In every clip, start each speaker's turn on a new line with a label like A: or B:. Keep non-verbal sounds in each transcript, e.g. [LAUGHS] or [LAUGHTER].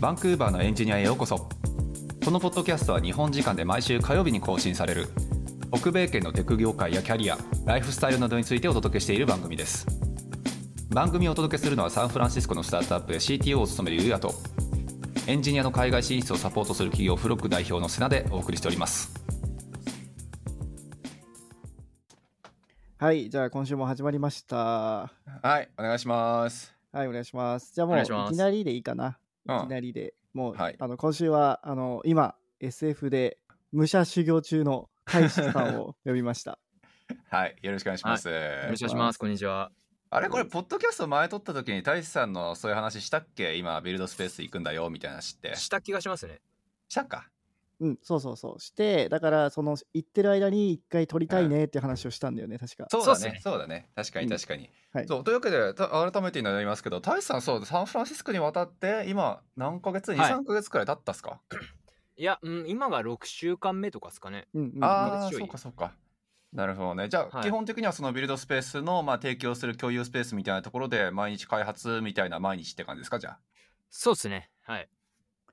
A: バンクーバーのエンジニアへようこそこのポッドキャストは日本時間で毎週火曜日に更新される北米圏のテク業界やキャリアライフスタイルなどについてお届けしている番組です番組をお届けするのはサンフランシスコのスタートアップで CTO を務めるユウヤとエンジニアの海外進出をサポートする企業フロック代表のセナでお送りしております
B: はい、じゃあ今週も始まりました。は
C: はい、お願いします。
B: い、お願いします。じゃあも
C: お
B: うい
C: 願いします
B: きなりでいいかな。
C: うん
B: いきなりで。もう、
C: はい
B: あの今週はあの今 SF で武者修行中の大使さんを呼びました。
C: はい、よろしくお願いします。
D: よろしくお願いします。こんにちは。
C: あれこれ、ポッドキャスト前撮った時に、大志さんのそういう話したっけ今、ビルドスペース行くんだよ、みたいな話って。し
D: した気がしますね。
C: たか。
B: うん、そうそうそう。して、だからその行ってる間に一回撮りたいねって話をしたんだよね、確か。
C: そうだ
D: そうっす
C: ね
D: ね。
C: そうだね。確か
B: う
C: に
B: ん
C: 確かに。
B: はい
C: そう、というわけで、た改めてになりますけど、大志さん、そう、サンフランシスコに渡って、今、何ヶ月、2、
D: はい
C: 3ヶ月くらい経ったっすか、
D: いや、うん、今が6週間目とかですかね。
B: うんうんうん、
C: あ
D: な
C: あ、
D: んかちょい
C: そうかそうか。なるほどね。じゃあ、
D: はい
C: 基本的にはそのビルドスペースの、まあ、提供する共有スペースみたいなところで、毎日開発みたいな毎日って感じですかじゃあ。
D: そうですね。はい。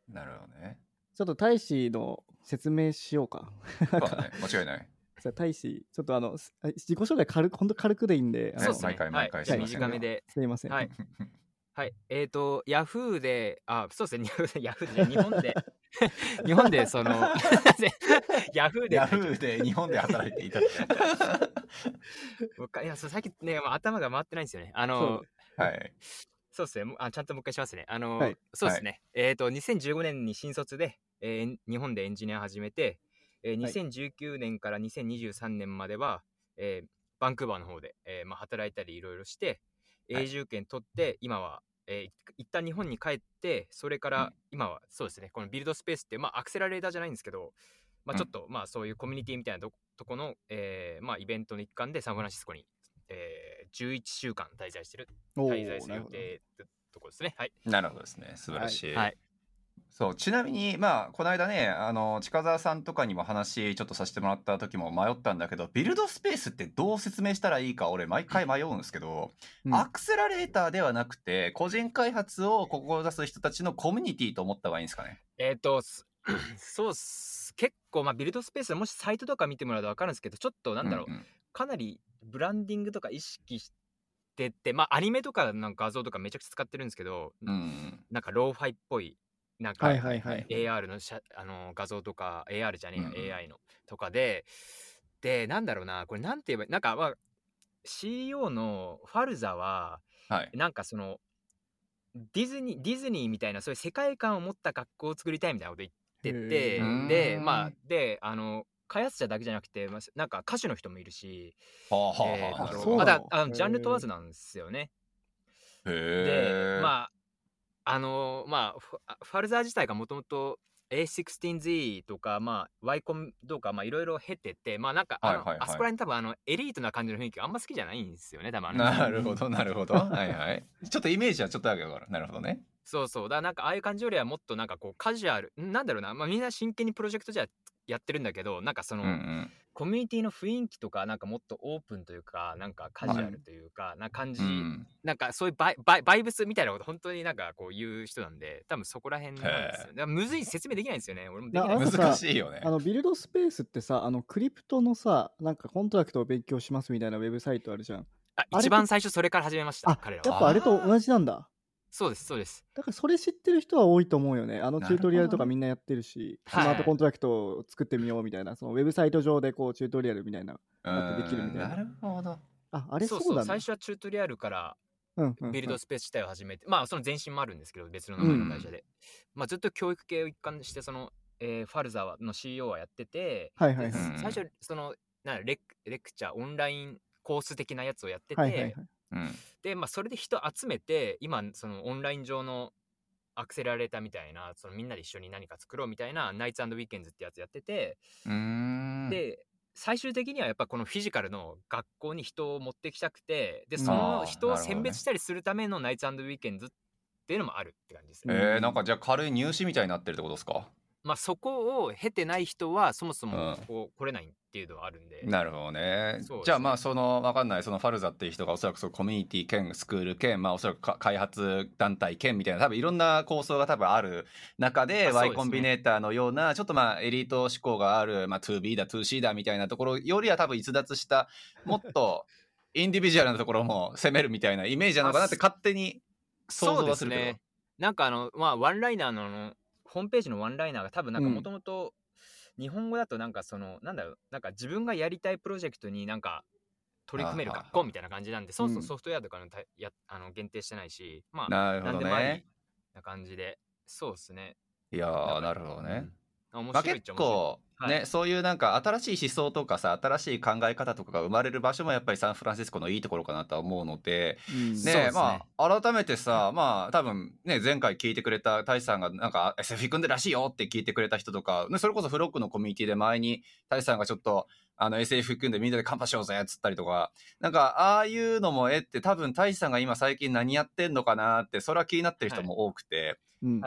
C: なるほど [LAUGHS] ね。
B: ちょっと大使の説明しようか。
C: そうだね。間違いない。
B: じゃあ大使、ちょっとあの、す自己紹介軽く、ほんと軽くでいいんで、あの
D: そうですね。
C: 毎回毎回
D: はい
C: す
B: いません
D: 短めで。
B: すいません。
D: はい。はい。えっ、と、ヤフーで、あ、そうですね。 [LAUGHS] ヤフーで、日本で、 [LAUGHS] 日本で、その、 [LAUGHS] ヤフーで
C: [LAUGHS] ヤ、フーで日本で働いていたって。
D: もう一回いや、そう最近ね、もう頭が回ってないんですよね。あ
B: そう
D: の、
C: [LAUGHS] はい。
D: そうですねもうあ。ちゃんともう一回しますね。あの、
B: はい
D: そうですね。えっ、と、2015年に新卒で、えー日本でエンジニアを始めて、えー
B: はい
D: 2019年から2023年までは、えーバンクーバーの方で、えーまあ、働いたりいろいろして、
C: はい
D: 永住権取って、今は、えー一旦日本に帰って、それか
C: う
D: ら今はそうですね、このビルドスペースって、まあ、アクセラレーターじゃないんですけど、ま
C: う
D: あ、
C: ん
D: ちょっと、まあ、そういうコミュニティみたいなとことこの、えーまあ、イベントの一環でサンフランシスコに、えー11週間滞在してる
B: おー
D: 滞在す
B: な
D: る
B: る
D: 予
B: ほど
D: 定ってとこですね。はい。
C: なるほどですね。素晴らしい。
D: はい
C: そうちなみにまあこの間ねあの近澤さんとかにも話ちょっとさせてもらった時も迷ったんだけどビルドスペースってどう説明したらいいか俺毎回迷うんですけど、
B: うん
C: アクセラレーターではなくて個人開発を志す人たちのコミュニティと思った方がいいんですかね
D: えっ、と、す [CLEARS THROAT] そうっす。結構、まあ、ビルドスペース、もしサイトとか見てもらうと分かるんですけど、ちょっとなんだろう、
C: うんうん
D: かなりブランディングとか意識してて、まあ、アニメとかの画像とかめちゃくちゃ使ってるんですけど、
C: うんうん
D: なんかローファイっぽい、なんか、
B: はいはいはい。
D: AR のしゃあの画像とか AR じゃねえや
C: うんうん
D: AI のとかででなんだろうなこれなんて言えばなんかまあ CEO のファルザは
C: はい
D: なんかそのディズニーディズニーみたいなそういう世界観を持った学校を作りたいみたいなこと言って
B: へ
D: て
C: ー
D: で
C: うん
D: まあであの開発者だけじゃなくてまあなんか歌手の人もいるし、
C: はあはあはあ
D: えー
B: あ
C: なる
B: そ
C: ほ
B: う
D: ま
C: ど
B: な
C: へ
B: の
D: だあのジャンル問わず
B: へ
D: なんですよね。で
C: え、
D: まああのまあファファルザー自体がもともと A16Z とか、まあ、Y コンとかまあいろいろ経ててまあなんかあの、
C: はいはいはい
D: あそこら辺多分あのエリートな感じの雰囲気があんま好きじゃないんですよね多分あの
C: なるほどなるほ
D: [LAUGHS]
C: どはいはいちょっとイメージはちょっとだけどなるほどね
D: そうそうだからなんかああいう感じよりはもっとなんかこうカジュアルんなんだろうな、まあ、みんな真剣にプロジェクトじゃやってるんだけどなんかその、
C: うんうん
D: コミュニティの雰囲気とかなんかもっとオープンというかなんかカジュアルというか、な感じ、
C: うん
D: なんかそういうバイバイバイブスみたいなこと本当になんかこう言う人なんで多分そこら辺なんですよ、ね、だからむずい説明できないんですよね俺もできない
B: なあとさ
C: 難しいよね
B: あのビルドスペースってさあのクリプトのさなんかコントラクトを勉強しますみたいなウェブサイトあるじゃん
D: あ
B: あれ
D: 一番最初それから始めました
B: あ
D: 彼ら
B: やっ
D: は
B: ぱあれと同じなんだ
D: そうですそうです
B: だからそれ知ってる人は多いと思うよねあのチュートリアルと
C: なるほ
B: か
C: どね
B: みんなやってるしス
D: はい
B: マートコントラクトを作ってみようみたいなそのウェブサイト上でこうチュートリアルみたいなだってできるみたいな
C: うんるほど
B: ああれそ
D: そう
B: う
D: そ
B: な
D: うん
B: だ
D: 最初はチュートリアルから
B: うんうんうん
D: ビルドスペース自体を始めて、まあその前身もあるんですけど別の名前の会社で、まあずっと教育系を一貫してその、えーファルザーの CEO はやってて、
B: はいはいはい
D: で
C: うん
D: 最初そのなんだレクレクチャーオンラインコース的なやつをやってて、
B: はいはいはい
C: うん
D: で、まあ、それで人集めて今そのオンライン上のアクセラレーターみたいなそのみんなで一緒に何か作ろうみたいなナイツウィーケンズってやつやってて、
C: うーん
D: で最終的にはやっぱこのフィジカルの学校に人を持ってきたくてで
B: うん
D: そ
C: あ
D: の
C: ー
D: 人
C: な
D: を
C: るほどね
D: 選別したりするためのナイツウィーケンズっていうのもあるって感じですね。
C: えー、なんかじゃあ軽い入試みたいになってるってことですか
D: まあ、そこを経てない人はそもそも
C: うん
D: こう来れないっていうのはあるんで、
C: なるほどね
D: そうですね
C: じゃあまあそのわかんないそのファルザっていう人がおそらくそのコミュニティ兼スクール兼まあおそらくか開発団体兼みたいな多分いろんな構想が多分ある中で
D: あそうですね
C: Y コンビネーターのようなちょっとまあエリート志向がある、まあ、2B だ 2C だみたいなところよりは多分逸脱したもっとインディビジュアルなところも攻めるみたいなイメージなのかなって勝手に想
D: そう
C: 像
D: で
C: は
D: す
C: するけど
D: ねなんかあのまあワンライナーのあのホームページのワンライナーが多分なんか
C: うん
D: もともと日本語だとなんかそのなんだろうなんか自分がやりたいプロジェクトになんか取り組める
C: あー
D: 学校みたいな感じなんでそもそも
C: うん
D: ソフトウェアとかのたやあの限定してないしまあ
C: なる
D: な
C: ほ
D: ん
C: ど
D: でもあ
C: ね
D: りな感じでそうですね
C: いやーなるほどね、
D: 面
C: まあ、
D: 白いっ
C: 結
D: ちゃ面白
C: 構、
D: はい
C: ねそういうなんか新しい思想とかさ新しい考え方とかが生まれる場所もやっぱりサンフランシスコのいいところかなとは思うので
B: うん
C: ね
D: そうですね
C: まあ改めてさまあ多分ね前回聞いてくれた大志さんがなんか SF 組んでらしいよって聞いてくれた人とか、ね、それこそフロックのコミュニティで前に大志さんがちょっとあの SF 組んでみんなでカンパしようぜっつったりとかなんかああいうのもえって多分大志さんが今最近何やってんのかなってそれは気になってる人も多くて。
B: うん
D: はい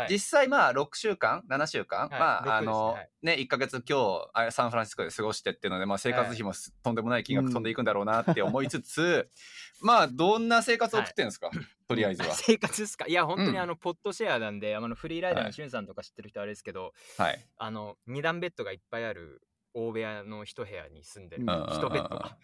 C: 実際まあ6週間7週間、
D: はい
C: まああ
D: 六ですね
C: の
D: はい
C: ね1か月今日あサンフランシスコで過ごしてっていうので、まあ、生活費もすとんでもない金額飛んでいくんだろうなって思いつつ、
D: [LAUGHS]
C: まあどんな生活を送ってるんですか、とりあえず
D: い。
C: は
D: 生活ですかいや本当
C: うん
D: にあのポッドシェアなんで、あのフリーライダー
C: は
D: の
C: い
D: しゅんさんとか知ってる人あれですけど、
C: はい、
D: あの二段ベッドがいっぱいある大部屋の一部屋に住んでる、
B: うん
D: 一ベッドが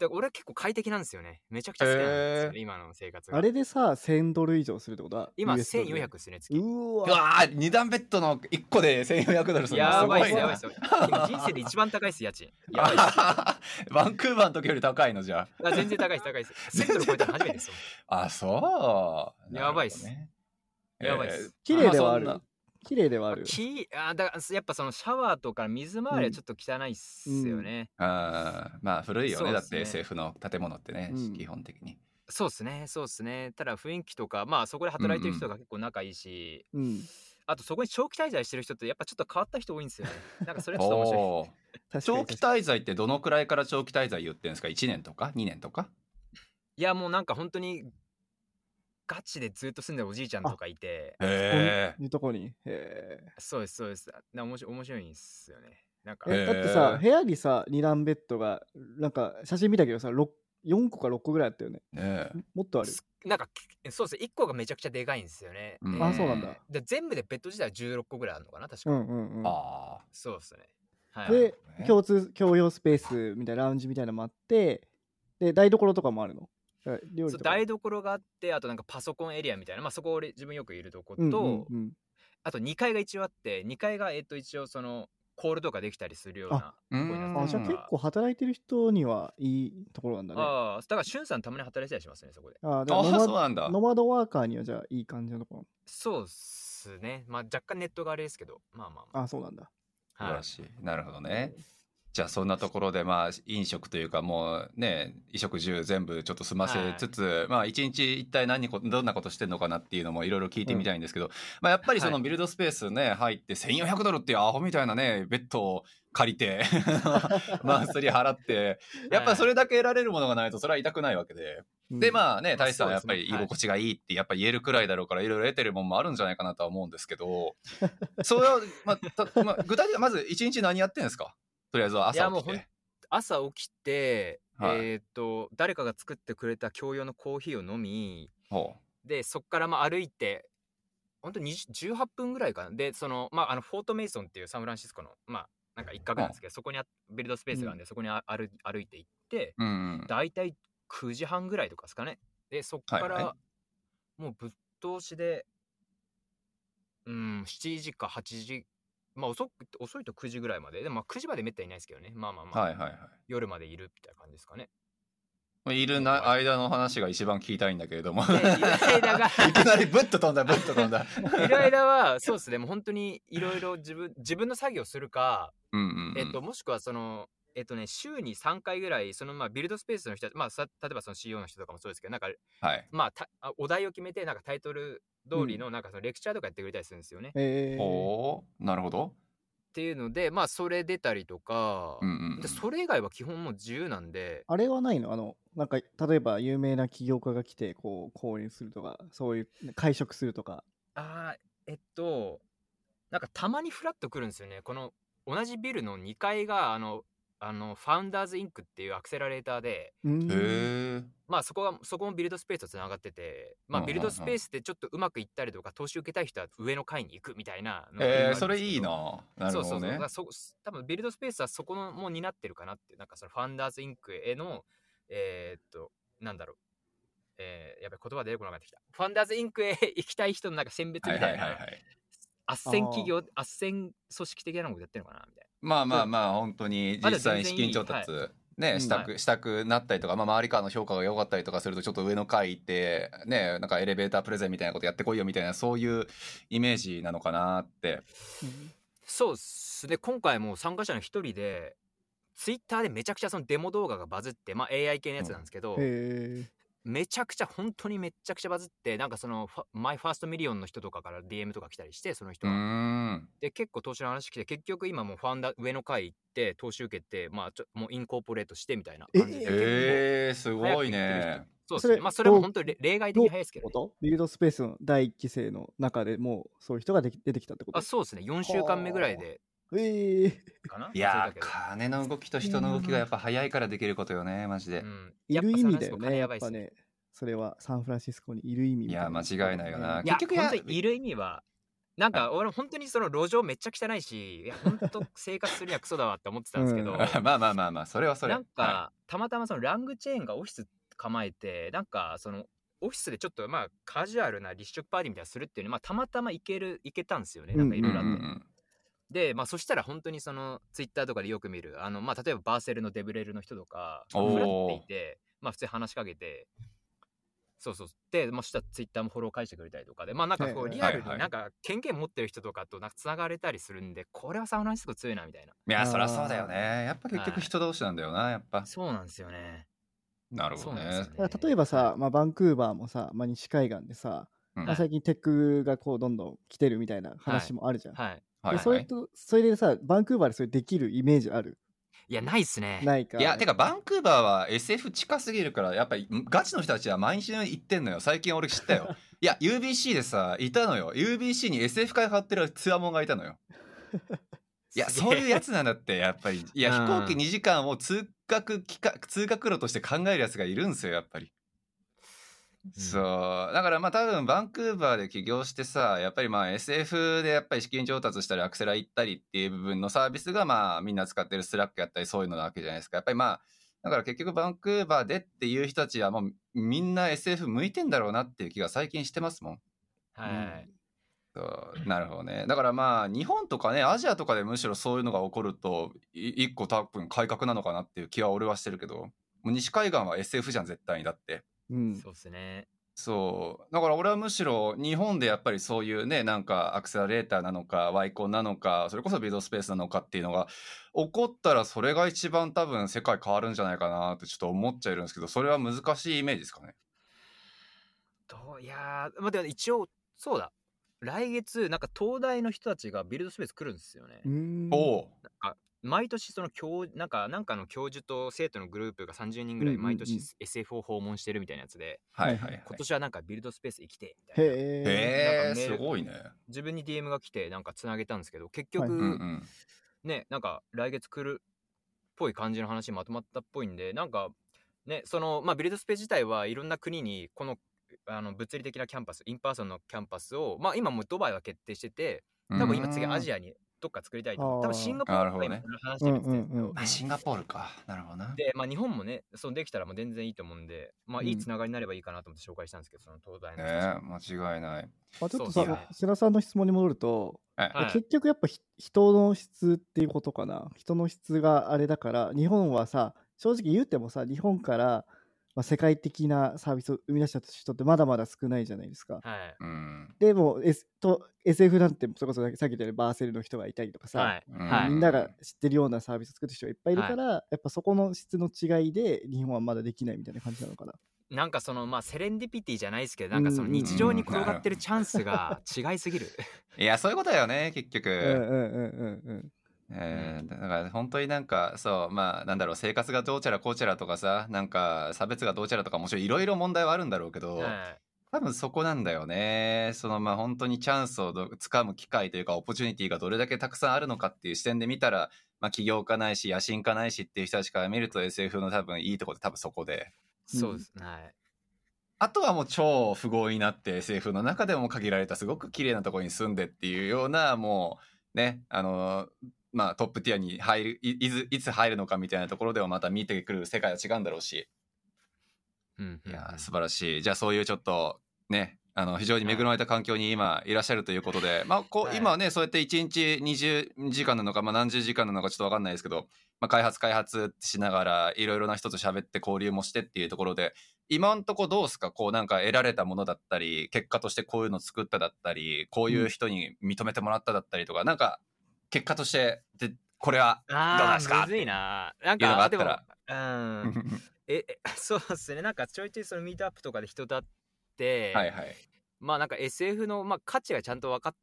D: で俺は結構快適なんですよねめちゃくちゃ好きなんですよね、
C: へ
D: 今の生活が
B: あれでさ、1000ドル以上するってことは
D: 今
B: US ドルで
D: 1400ですね月
B: う
C: う
B: わ
C: わー二段ベッドの1個で1400ドルするの
D: や
C: す
D: ば
C: ご
D: い
C: い
D: で
C: な
D: すやばいですよ今
C: [LAUGHS]
D: 人生で一番高いです家賃やばいっ
C: バンクーバーの時より高いのじゃ
D: すあ全然高いです高いです1000ド
C: [LAUGHS]
D: ル超えたの初めてですもん
C: ああそう
D: やばいっす
C: なるほどね
D: やばいっす
B: 綺麗で
C: まあ
B: はあ
C: そ
B: る
C: んな。
B: 綺麗ではある。
D: きあだからやっぱそのシャワーとか水回りはちょっと汚いっすよね、
C: あーまあ古いよね
D: そう
C: だ
D: っ
C: っ
D: すね
C: て SF の建物ってね、
B: うん
C: 基本的に。
D: そうっすねそうっすねただ雰囲気とかまあそこで働いてる人が結構仲いいし、
B: うん。
D: あとそこに長期滞在してる人ってやっぱちょっと変わった人多いんですよねなんかそれはちょっと面白い
C: おー
B: 確かに
C: 長期滞在ってどのくらいから長期滞在言ってるんですか1年とか2年とか
D: いやもうなんか本当にガチでずっと住んでるおじいちゃんとかいて
B: へいうとこに。へー
D: そうですそうですな面白い面白いんですよねなんか
C: へ
B: え
C: ー
B: だってさ、部屋にさ、二段ベッドが、なんか写真見たけどさ、ろっ4個か6個ぐらいあったよね。
C: えねえ
B: もっとある。
D: すなんかきそうです1個がめちゃくちゃでかいんですよね、
C: うん
B: あ、そうなんだ。
D: で全部でベッド自体は16個ぐらいあるのかな確
B: う
D: か、
B: んうんうん。
C: あ
D: そうですねはい
B: で
C: ね、
B: 共通、共用スペースみたいな、ラウンジみたいなのもあって、で、台所とかもあるの。だから料理
D: そ
B: と
D: う
B: か。
D: 台所があってあとなんかパソコンエリアみたいな、まあ、そこ俺自分よくいるとこ
B: う
D: と、
B: んうんうん
D: あと2階が一応あって2階がえっと一応そのコールとかできたりするような
C: あ
D: とこになって
C: うん
B: あ、じゃあ結構働いてる人にはいいところなんだね。あ
D: ああだからしゅんさんたまに働いてたりしますねそこで
B: あ、
C: あ
B: ノマ
C: あそうなんだ
B: ノマドワーカーにはじゃあいい感じのとこ
D: そうっすねまあ若干ネットがあれですけどまあまあ
B: ろ。
D: ま
B: あ、そうなんだ。
C: 素
D: あ
C: 晴
D: は
C: ら
D: い
C: しいなるほどねじゃあそんなところでまあ飲食というかもうね衣食住全部ちょっと済ませつつ、まあ一日一体何こどんなことしてんのかなっていうのもいろいろ聞いてみたいんですけど、まあやっぱりそ
D: は
C: の
D: い
C: ビルドスペースね入って1400ドルっていうアホみたいなねベッドを借り
D: [LAUGHS]
C: てマンスリー払ってやっぱそれだけ得られるものがないとそれは痛くないわけで。で
B: あ、
C: まあね
D: まあ
C: 大志さんはやっ
D: そう
C: ぱ
D: です
C: り
D: ね
C: 居心地がいいってやっぱ言えるくらいだろうからいろいろ得てるもんもあるんじゃないかなとは思うんですけど [LAUGHS] それは、まあたまあ、具体的にはまず一日何やってんですかとりあえずは朝
D: いやも
C: 起
D: う
C: きて。
D: 朝起きて、
C: はい
D: えーっと誰かが作ってくれた共用のコーヒーを飲み
C: ほ
D: でそっからまあ歩いて本当に20 18分ぐらいかなでそのまああのフォートメイソンっていうサンフランシスコのまあなんか一角なんですけどそこにあビルドスペースがあるんで、そこにあ歩い歩いて行って
C: ううん
D: 大体9時半ぐらいとかですかねでそっか
C: はいは
D: らもうぶっ通しでうん7時か8時まあ遅く遅いと9時ぐらいまででもまあ9時までめったにいないですけどねまあまあまあ、
C: はいはいはい
D: 夜までいるみたいな感じですかね。
C: [LAUGHS] まあ。いるな間の話が一番聞きたいんだけれども。
D: でいろいろが
C: [LAUGHS] いきなりぶっと飛んだぶっと飛ん
D: [LAUGHS]
C: だ。
D: いろいろはそうですねもう本当にいろいろ自分自分の作業するか、
C: うんうんうん
D: えっと、もしくはそのえっとね週に3回ぐらいそのまあビルドスペースの人たちまあさ例えばその CEO の人とかもそうですけどなんか
C: はい。
D: まあたあお題を決めてなんかタイトル通りのなんかそのレクチャーとかやってくれたりするんですよね。っ
B: えー、
C: ほうなるほど。
D: ていうのでまあそれ出たりとか、
C: うんうんうん
D: でそれ以外は基本もう自由なんで
B: あれはないのあの、なんか、例えば有名な起業家が来て、こう、購入するとか、そういう、会食するとか。
D: あーえっとなんかたまにフラッと来るんですよね。この同じビルの2階があのあのファウンダーズインクっていうアクセラレーターで、
B: う
C: へ
B: ん
C: え。
D: まあそこがそこもビルドスペースとつながってて、ま
C: う
D: あ
C: んうんう
D: ビ
C: ん
D: ルドスペースでちょっとうまくいったりとか投資受けたい人は上の階に行くみたいなのが
C: え
D: あるん
C: ー、
D: ですけ
C: そ
D: ど
C: れいい。な。な
D: そ
C: る
D: うそ
C: ほど
D: うそう。だ
C: ね
D: か。らそ多分ビルドスペースはそこのもう担ってるかなっていうなんかそのファウンダーズインクへのえーっとなんだろう。えーやべ言葉出てこなくなってきた。ファウンダーズインクへ [LAUGHS] 行きたい人のなんか選別
C: はい
D: み
C: は
D: た
C: い
D: い
C: はいは。
D: ない斡旋企業斡旋組織的なのもやってるのかなみたい
C: まあまあまあ本当に
D: まだ
C: 実際に資
D: 全然い
C: 金
D: い
C: 調達
B: う
C: ね
B: ん
C: したくしたくなったりとかまあ周りからの評価が良かったりとかするとちょっと上の階行ってねなんかエレベータープレゼンみたいなことやってこいよみたいなそういうイメージなのかなって
D: な。そうっすね。今回もう参加者の一人で。ツイッターでめちゃくちゃそのデモ動画がバズって、まあ、AI 系のやつなんですけど、
B: へえ
D: めちゃくちゃ本当にめっちゃくちゃバズってなんかそのファマイファーストミリオンの人とかから DM とか来たりしてその人
C: うー
D: が、
C: ん
D: で結構投資の話来て結局今もうファンダ上の階行って投資受けてまあちょもうインコーポレートしてみたいな感じで
B: え
C: えー、すごいね
D: そう
B: そ
D: です
B: れ
D: ねまあそれも本当に例例外的に早いですけど,、
B: こ
D: ね、
B: とビルドスペースの第一期生の中でもうそういう人ができ出てきたってこと
D: あそうですね4週間目ぐらいで
B: ええ
D: かないい
C: やー金の動きと人の動きがやっぱ早いからできることよねマジで、
D: うん、
B: い
D: やっ
B: る
D: ぱ
B: 意
D: サンフ
B: 味だよね
D: ランシスコ金
B: や
D: や
B: っ
D: ばいっ
B: ぱ
D: すね
B: ねそれはサンフランシスコにいる意味みたない
C: やー間違いないよな
B: うん
D: いや
C: 結局や
D: 本当にいる意味はなんか俺も本当にその路上めっちゃ汚いしいや本当生活するにはクソだわって思ってたんですけど、
B: う
C: [LAUGHS]
B: ん
C: まあまあまあまあ [LAUGHS] それはそれ
D: なんか、
C: は
D: たまたまそのラングチェーンがオフィス構えてなんかそのオフィスでちょっとまあカジュアルな立食パーティーみたいなのするっていうのまあたまたま行ける行けたんですよねなんか
B: い
D: い
C: い、う
D: ろ
C: ん
D: いうろあ
C: ん
D: っ
C: うん、
D: て、でまあそしたら本当にそのツイッターとかでよく見るあのまあ例えばバーセルのデブレルの人とかフ
C: おー
D: ラっていてまあ普通に話しかけてそうそうでまあそしたらツイッターもフォロー返してくれたりとかでまあなんかこう
B: はいはい
D: リアル
C: はいは
D: に
C: い
D: なんか権限持ってる人とかとなんかつながれたりするんでこれはサウナシスコ強いなみたいない
C: やそりゃそうだよねやっぱ結
D: は
C: 局
D: い
C: 人同士なんだよなやっぱ
D: そうなんですよね
C: なる
D: そ
C: ほ
D: う
C: ど
D: なんで
C: ね
D: すよ
B: だ
D: ね
B: から例えばさ、まあ、バンクーバーもさ、まあ、西海岸でさ、
C: うん
B: まあ、最近テックがこうどんどん来てるみたいな話もあるじゃん。
D: はい
C: はい
B: でそ
C: は
B: れ
C: い
B: とそれでさ、バンクーバーでそれできるイメージある
D: いやないっすね
B: ないか。
C: いやてかバンクーバーは SF 近すぎるからやっぱりガチの人たちは毎日のように行ってんのよ最近俺知った
D: [LAUGHS]
C: よいや UBC でさいたのよ UBC に SF 会張ってるツアモンがいたのよいや
D: すげ
C: そ
D: え
C: ういうやつなんだってやっぱりいや
D: うん
C: 飛行機2時間を通学機か通学路として考えるやつがいるんですよやっぱり、
D: うん
C: そうだからまあ多分バンクーバーで起業してさやっぱりまあ SF でやっぱり資金調達したりアクセラ行ったりっていう部分のサービスがまあみんな使ってるスラックやったりそういうのなわけじゃないですかやっぱりまあだから結局バンクーバーでっていう人たちはもうみんな SF 向いてんだろうなっていう気が最近してますもん。
D: はいはいはい、
C: そうなるほどね。だからまあ日本とかねアジアとかでむしろそういうのが起こるとい一個多分改革なのかなっていう気は俺はしてるけどもう西海岸は SF じゃん絶対にだって。
B: うん、
D: そうっすね
C: そうだから俺はむしろ日本でやっぱりそういうねなんかアクセラレーターなのかワイコンなのかそれこそビルドスペースなのかっていうのが起こったらそれが一番多分世界変わるんじゃないかなってちょっと思っちゃいるんですけどそれは難しいイメージですかね。
D: どういやーまあ、でも一応そうだ来月なんか東大の人たちがビルドスペース来るんですよね、
B: うん
C: おお
D: 毎年その教なんかなんかの教授と生徒のグループが30人ぐら
B: う
D: い
B: んうんうん
D: 毎年 SF を訪問してるみたいなやつで、
C: はいはいはい。
D: 今年はなんかビルドスペース行きてみたいな
B: へえ。
C: へ
D: な
C: え
D: んかメー
C: す
D: ル
C: ごいね。
D: 自分に DM が来てなんかつなげたんですけど結
B: は
D: 局、
B: い
C: うんうん
D: ねなんか来月来るっぽい感じの話まとまったっぽいんでなんかねそのまあビルドスペース自体はいろんな国にこのあの物理的なキャンパスインパーソンのキャンパスをまあ今もうドバイは決定してて多分今次アジアにどっか作りたいと思う
B: あー
D: 多分シンガポールとか
C: な
D: 今
C: る
D: 話してるって言ってたんですけ
B: うん
D: ど、
B: うんうん
C: あシンガポールか。なるほどな。
D: で、まあ、日本もね、そのできたらもう全然いいと思うんで、まあ、いい
B: うん
D: つながりになればいいかなと思って紹介したんですけど、その東大の人たち
C: ね間違いない。
B: まあ、ちょっと
D: そうそう
B: さ、世良さんの質問に戻ると、
C: はい
D: はい
B: 結局やっぱひ人の質っていうことかな。人の質があれだから、日本はさ、正直言うてもさ、日本から、まあ、世界的なサービスを生み出した人ってまだまだ少ないじゃないですか。
D: はい。
C: うん。
B: でも、S と、SF なんて、それこそさっき言ったようにバーセルの人がいたりとかさ、
D: はい。
C: うん
D: はい
B: みんなが知ってるようなサービスを作る人がいっぱいいるから、やっぱそこの質の違いで日本はまだできないみたいな感じなのかな。
D: なんかその、まあ、セレンディピティじゃないですけど、なんかそ
B: う
D: の
B: んうん
D: 日常に転がってるチャンスが違いす
C: [LAUGHS]
D: ぎる。
C: いやそういうことだよね結局。
B: うんうんうんうんうん。
C: えーだから本当になんかそうまあなんだろう生活がどうちゃらこうちゃらとかさなんか差別がどうちゃらとかもちろんいろいろ問題はあるんだろうけど、
D: は
C: 多分そこなんだよね。そのまあ本当にチャンスをど掴む機会というかオポチュニティがどれだけたくさんあるのかっていう視点で見たら、まあ起業家ないし野心家ないしっていう人たちから見ると SF の多分いいとこって多分そこで。
D: そうです、はい
C: あとはもう超富豪になって SF の中でも限られたすごく綺麗なところに住んでっていうようなもうね、あの、まあトップティアに入る、いいずいつ入るのかみたいなところでもまた見てくる世界は違うんだろうし。
D: うんうん
C: いや
D: う
C: ー
D: ん
C: 素晴らしい。じゃあそういうちょっとね、あの非常に恵まれた環境に今いらっしゃるということで、まあこ
D: は
C: う
D: い
C: 今はねそうやって1日20時間なのか、まあ、何十時間なのかちょっと分かんないですけど、まあ、開発開発しながらいろいろな人と喋って交流もしてっていうところで今んとこどうすかこうなんか得られたものだったり結果としてこういうの作っただったりこういう人に認めてもらっただったりとか、なんか結果としてでこれは
D: あー
C: どうなんですか
D: むずいななん
C: いうのがあ
D: か
C: ったら
D: でもうんえ [LAUGHS] えそうですねなんかちょいちょいそのミートアップとかで人と会って、
C: はいはい
D: まあなんか SF の、まあ、価値がちゃんと分かっ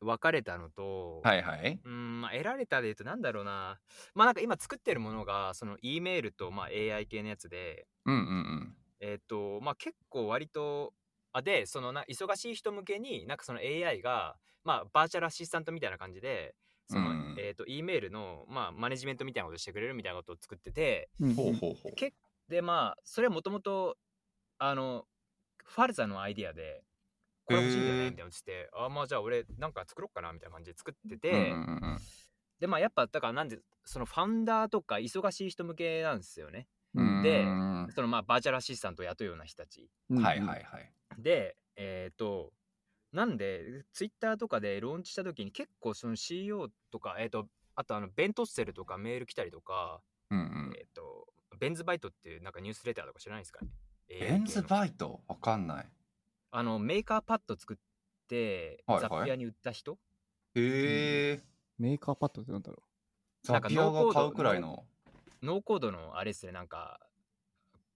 D: 分かれたのと、
C: はいはい。
D: うんまあ、得られたで言うとなんだろうなまあなんか今作ってるものがその E メールと、まあ、AI 系のやつで
C: うんうんうん。
D: えっ、とまあ結構割とあでそのな忙しい人向けになんかその AI がまあバーチャルアシスタントみたいな感じでその、
C: うん
D: えっ、と E メールの、まあ、マネジメントみたいなことしてくれるみたいなことを作ってて
B: うん
C: ほうほうほう。
D: でまあそれはもともとあのファルザのアイディアでこれ欲しいんだよ
C: へー
D: ねみたいなの言っててあまあじゃあ俺なんか作ろうかなみたいな感じで作ってて、
C: うんうんうん
D: でまあやっぱだからなんでそのファウンダーとか忙しい人向けなんですよね
C: うん
D: で
C: うん
D: そのまあバーチャルアシスタントを雇うような人たち
C: はいはいはい。
D: でえっ、となんでツイッターとかでローンチした時に結構その CEO とかえっ、とあとあのベントッセルとかメール来たりとか、
C: うんうん。
D: えっ、とベンズバイトっていうなんかニュースレターとか知らないですかね
C: ベンズ
D: イ
C: バイトわかんない。
D: あのメーカーパッド作って、
C: はいはい
D: 雑費屋に売った人
C: へえ。
B: メーカーパッドってなんだろ
C: ザピアが買うくらいの。
D: ノーコードのあれですねなんか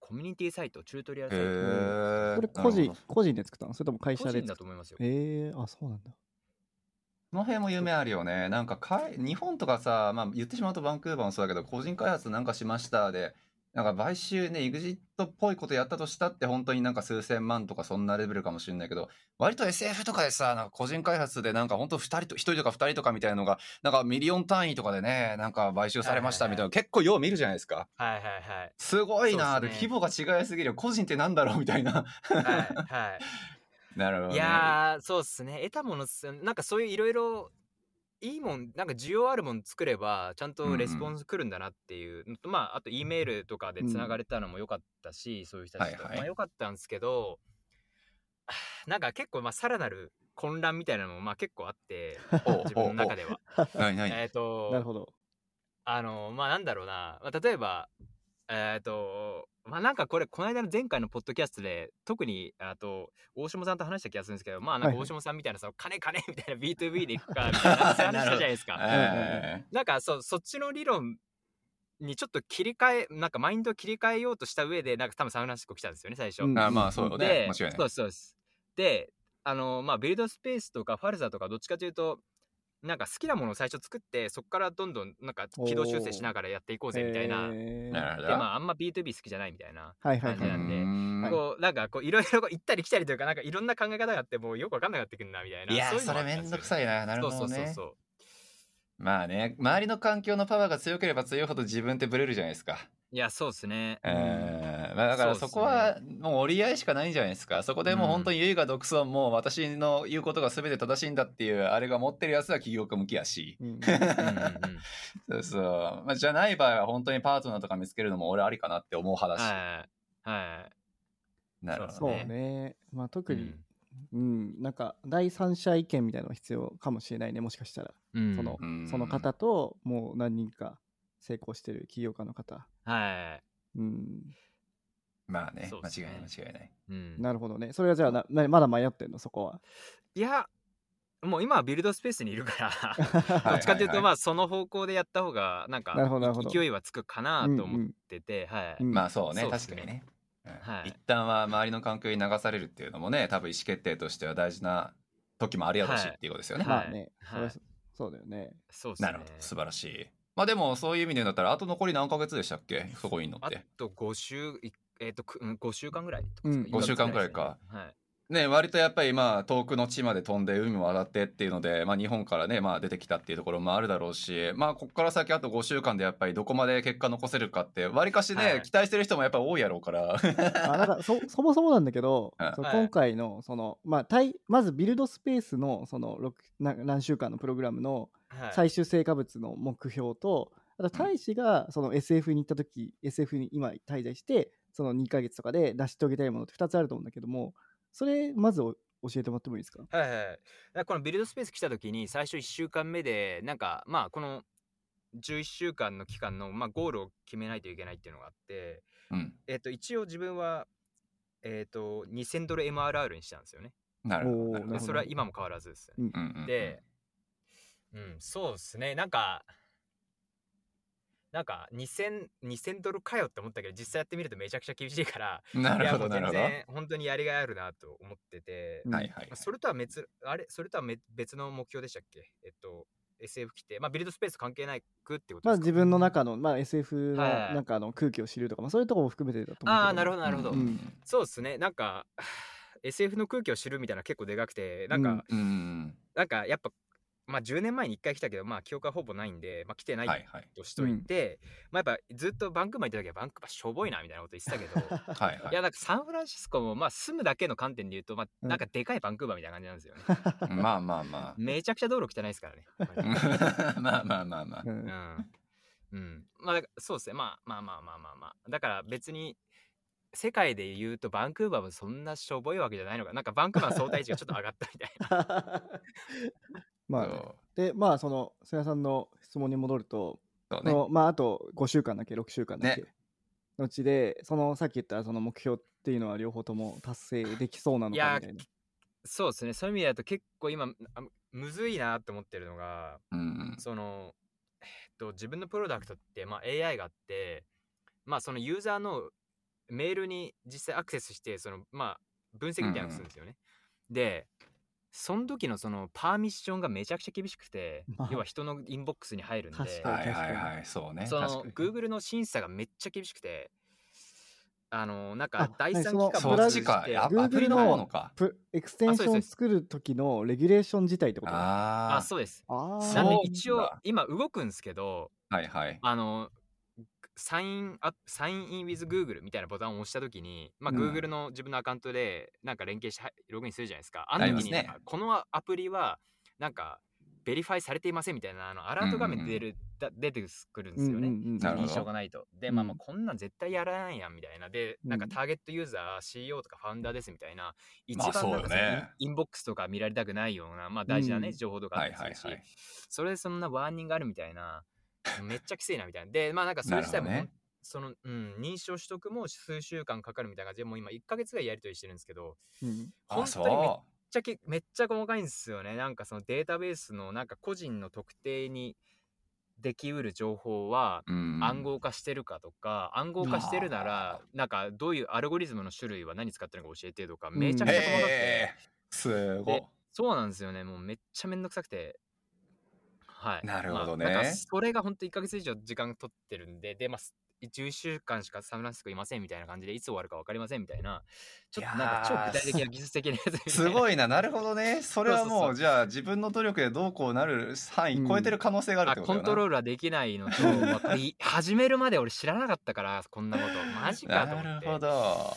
D: コミュニティサイトチュートリアル
C: へ
D: サイト
C: え。
B: うこれ個
C: なる
B: 人
C: ほど
B: 個人で作ったのそれとも会
D: 個
B: 社で作
D: 人だ
B: った
D: と思いますよ。
B: えー、あそうなんだ
C: この辺も夢あるよね。なんかかい日本とかさ、まあ言ってしまうとバンクーバーもそうだけど、個人開発なんかしましたで、なんか買収ね、EXIT っぽいことやったとしたって本当になんか数千万とかそんなレベルかもしれないけど、割と SF とかでさ、なんか個人開発でなんか本当二人と、一人とか二人とかみたいなのが、なんかミリオン単位とかでね、なんか買収されましたみたいな、結構よう見るじゃないですか。
D: はいはいはい。
C: すごいなー
D: そうっす
C: 規
D: ね
C: 模が違いすぎるよ個人ってなんだろうみたいな
D: は
C: [LAUGHS] なるほ
D: い
C: ど、
D: はい、
C: ね、
D: いやーそうっすね得たものっすなんかそういういろいろいいもんなんか需要あるもん作ればちゃ
C: う
D: ん
C: んう
D: と
C: ん
D: レスポンス来るんだなっていうのと、まああと E メールとかでつながれたのも良かったし、そういう人たちと、
C: はいはい
D: まあ、良かったんですけど [SIGHS] あーなんか結構まあさらなる混乱みたいなのもまあ結構あ
C: [LAUGHS]
D: って
C: おう
D: 自分の中では。
C: ないない
D: えっ、と
B: なるほど
D: あのまあなんだろうな、まあ、例えばえっ、とまあなんかこれこの間の前回のポッドキャストで特にあと大下さんと話した気がするんですけどまあな
B: はい
D: んか
B: は
D: 大
B: い
D: 下さんみたいなその金金みたいな B2B で行くかみ
B: [LAUGHS]
D: たいな話したじゃないですか。
C: え
D: なんかそうそっちの理論にちょっと切り替えなんかマインドを切り替えようとした上でなんか多分サウナシコ来たんですよね最初。
B: うん
C: ーあまあそうよね
D: で、
C: 間違い
D: そう
C: ない
D: ですそうです。で、あのまあビルドスペースとかファルザとかどっちかというと、なんか好きなものを最初作って、そこからどんどんなんか軌道修正しながらやっていこうぜみたいな。で、
B: えー
C: なるほど
D: まああんま B2B 好きじゃないみたいな。
B: はいはい
D: 感じ
B: は
D: ないんで
C: うーん
B: はい
D: こうなんかこういろいろこう行ったり来たりというかなんかいろんな考え方があってもうよくわかんなくなってくるなみたいない
C: や
D: う
C: ー
D: う
C: それめんどくさ
D: い
C: いなな
D: な
C: るほどね
D: そうそうそう
C: まあね周りの環境のパワーが強ければ強いほど自分ってブレるじゃないですか、
D: いやそうですね
C: えーまあ、だから
D: そう
C: そ
D: っすね
C: こはもう折り合いしかないんじゃないですかそこでもう本当に唯我独尊、もう私の言うことが全て正しいんだっていうあれが持ってるやつは起業家向きやし
B: うん
D: う
C: [LAUGHS]
D: んうんうん
C: そうそう、まあ、じゃない場合は本当にパートナーとか見つけるのも俺ありかなって思う話、
D: はいはい
C: なるほ
B: そ
C: ど
B: う
C: ね
B: ねまあ特
D: う
B: に
D: ん
B: うん、なんか第三者意見みたいなのが必要かもしれないねもしかしたら、
D: うん
B: その
C: うん
B: その方ともう何人か成功してる起業家の方
D: は
B: うん
C: まあね
D: そうっ
C: 間
D: す
C: 違い
D: ね
C: ない間違いない
D: いうん
B: なるほどねそれはじゃあななまだ迷ってんのそこは
D: いやもう今はビルドスペースにいるから
C: はい
D: どっちかっていうと、
C: はい
D: まあその方向でやった方がなんか
B: なるほどなるほど
D: 勢いはつくかなと
B: うんう
D: 思っ
B: ん
D: てて、は
B: う
D: い、
B: ん
C: まあそうね
D: そうっ
C: 確
D: す
C: か
D: ね
C: にね、うん
D: はい
C: 一旦は周りの環境に流されるっていうのもね多分意思決定としては大事な時もありやろうし
D: はい
C: っていうことですよね、
D: はい
B: まあね、それはそそうだよね
D: そうですね
C: なるほど素晴らしいまあでもそういう意味で言うんだったらあと残り何ヶ月でしたっけそこにいんのっ
D: あ
C: て
D: と5週いえっ、とくうん5週間ぐらいとか
B: うん
D: ですか
C: 5週間ぐらいか
D: 今のところですね
C: ね、割とやっぱりまあ遠くの地まで飛んで海も渡ってっていうので、まあ、日本からね、まあ、出てきたっていうところもあるだろうし、まあ、ここから先あと5週間でやっぱりどこまで結果残せるかってわりかしね、
D: はい
C: 期待してる人もやっぱ多いやろうから。 [LAUGHS]
D: [LAUGHS]
B: あなんかそそもそもなんだけど、
C: はい
B: その
D: はい
B: 今回のその、まあ、対まずビルドスペースのそのろくな何週間のプログラムの
D: はい
B: 最終成果物の目標と、あと大使がその SF に行った時 SF に今滞在してその2ヶ月とかで成し遂げたいものって2つあると思うんだけどもそれまずお教えてもらってもいいですか
D: はいはいはい、だからこのビルドスペース来た時に最初1週間目でなんかまあこの11週間の期間の、まあ、ゴールを決めないといけないっていうのがあって、
C: うん、
D: えっと一応自分は、えっと2000ドル MRR にしたんですよね
C: なるほど
B: おー
C: なるほど
B: なるほど
D: それは今も変わらずですよね
C: うんうんうん
D: で、うん、そうですねなんかなんか2000 2000ドルかよって思ったけど実際やってみるとめちゃくちゃ厳しいから
C: [LAUGHS] ないる
D: や
C: ほ
D: も
C: ど
D: う
C: なる
D: 全
C: ほど。
D: 然本当にやりがいあるなと思ってて、
B: うん
C: はいはい
D: まあ。それとは別あれそれとはめ別の目標でしたっけえっと SF 来てまあビルドスペース関係ないくってこと
B: ま
D: で
B: あ
D: すか、
B: 自分の中の、まあ、SF の
D: はい
B: なんかあの空気を知るとか、まあ、そういうところも含めてだと思うけど
D: ああなるほどなるほど、
B: うん
D: そうですねなんか [SIGHS] SF の空気を知るみたいなの結構でかくてなんか、
B: う
C: うん
B: ん
C: うん
D: なんかやっぱまあ10年前に1回来たけどまあ記憶はほぼないんでまあ来てな
C: はいいはい。
D: としといて、まあやっぱずっとバンクーバー行った時はバンクーバーしょぼいなみたいなこと言ってたけど
C: はいはい
D: いやなんかサンフランシスコもまあ住むだけの観点で言うとま
B: う
D: あ
B: ん
D: なんかでかいバンクーバーみたいな感じなんですよね、
C: まあまあま
D: [LAUGHS] めちゃくちゃ道路汚いですからね
C: あ。まあまあまあまあ
B: う。 [LAUGHS]
D: うんん。うん。まあ、だからそうですね。まあまあまあまあまあまあ。だから別に、世界で言うとバンクーバーもそんなしょぼいわけじゃないのか。なんかバンクーバーの相対値がちょっと上がったみたい
B: [LAUGHS]
D: な。
B: まあね、
C: そう
B: でまあその菅さんの質問に戻ると、
C: そう
B: そ
C: ね。
B: のまああと5週間だっけ6週間だっけ、
C: ね
B: のうちでそのさっき言ったその目標っていうのは両方とも達成できそうなの
D: いや
B: か
D: ー
B: みたいな
D: そうですね。そういう意味だと結構今、あむずいなって思ってるのが、
C: うんうん
D: その、えっと、自分のプロダクトって、まあ、AI があって、まあ、そのユーザーのメールに実際アクセスして、その、まあ、分析みたいなのをするんですよね。で、その時のそのパーミッションがめちゃくちゃ厳しくて、
B: まあ
D: 要は人のインボックスに入るんで、
B: 確かに
C: はいはいはい。そうね。
D: そ
C: 確
D: の
C: かに
D: Google の審査がめっちゃ厳しくて、あの、なん
B: あ
D: か第三
B: 何
D: 期
B: そ
D: 間
B: の
C: そっちか。
B: や
C: アアプリの方のか。
B: プエクステンションを作る時のレギュレーション自体ってことあ
C: あ
D: あ、
C: あ。
D: そうです。
B: あー
D: なんで
C: そう
D: 一応今動くんですけど、
C: はいはい。
D: あの、サインアップ、サインイン with Google みたいなボタンを押したときに、まあ、
B: うん
D: Google の自分のアカウントで、なんか連携してはいログインするじゃないですか。あ
C: なり
D: の
C: ま
D: 時
C: す
D: に、
C: ね
D: なんかこのアプリは、なんか、ベリファイされていませんみたいな、あの、アラート画面で出る、だ出てくるんですよね。
B: うんうん
C: なるほど
D: 認証がないと。で、まあ、
B: うん
D: まあこんなん絶対やらないやんみたいな。で、なんかターゲットユーザー、CEO とかファウンダーですみたいな、一番
C: まあそう
D: なん
C: よ
D: か
C: ね
D: そのインインボックスとか見られたくないような、まあ大事なね、
B: うん
D: 情報とかあったりす
C: はい
D: る
C: はい
D: し
C: はい、
D: それでそんなワーニングあるみたいな、めっちゃきついなみたいな。で、まあ [LAUGHS] なんかそれ
C: なる
D: 自
C: ほ
D: 体
C: ど
D: も、
C: ね。
D: その、うん、認証取得も数週間かかるみたいな感じで、もう今1ヶ月ぐらいやり取りしてるんですけど、
B: うん
D: 本
C: あ、
D: 当にめっ
C: そ
D: ちゃけめっちゃ細かいんですよね。なんかそのデータベースのなんか個人の特定にできうる情報は、
C: う。うん
D: 暗。号化してるかとか、暗号化してるなら、なんかどういうアルゴリズムの種類は何使ってるのか教えてとか、めちゃくちゃ細かくて、
C: へえ。すごい
D: で。そうなんですよね、もうめっちゃめんどくさくて。はい。
C: なるほどね
D: まあなんかそれが本当1ヶ月以上時間取ってるんで、で、まあ、す11週間しかサンフランシスコいませんみたいな感じで、いつ終わるか分かりませんみたいな、ちょっとなん
C: いや
D: か
C: ー
D: 超具体的な技術的なやつみたい
C: [LAUGHS]
D: な。
C: すごいな、なるほどね。それは
D: そうそう
C: も、
D: そうう
C: じゃあ自分の努力でどうこうなる範
B: う
C: 囲
B: ん
C: 超えてる可能性があるっ
D: あ
C: てこ
D: コ
C: とだ
D: ントロ
C: よ
D: ールはできないのと、まあこれ始めるまで俺知らなかったから、こんなこと。マジ
C: な。
D: かと思って。
C: なるほど。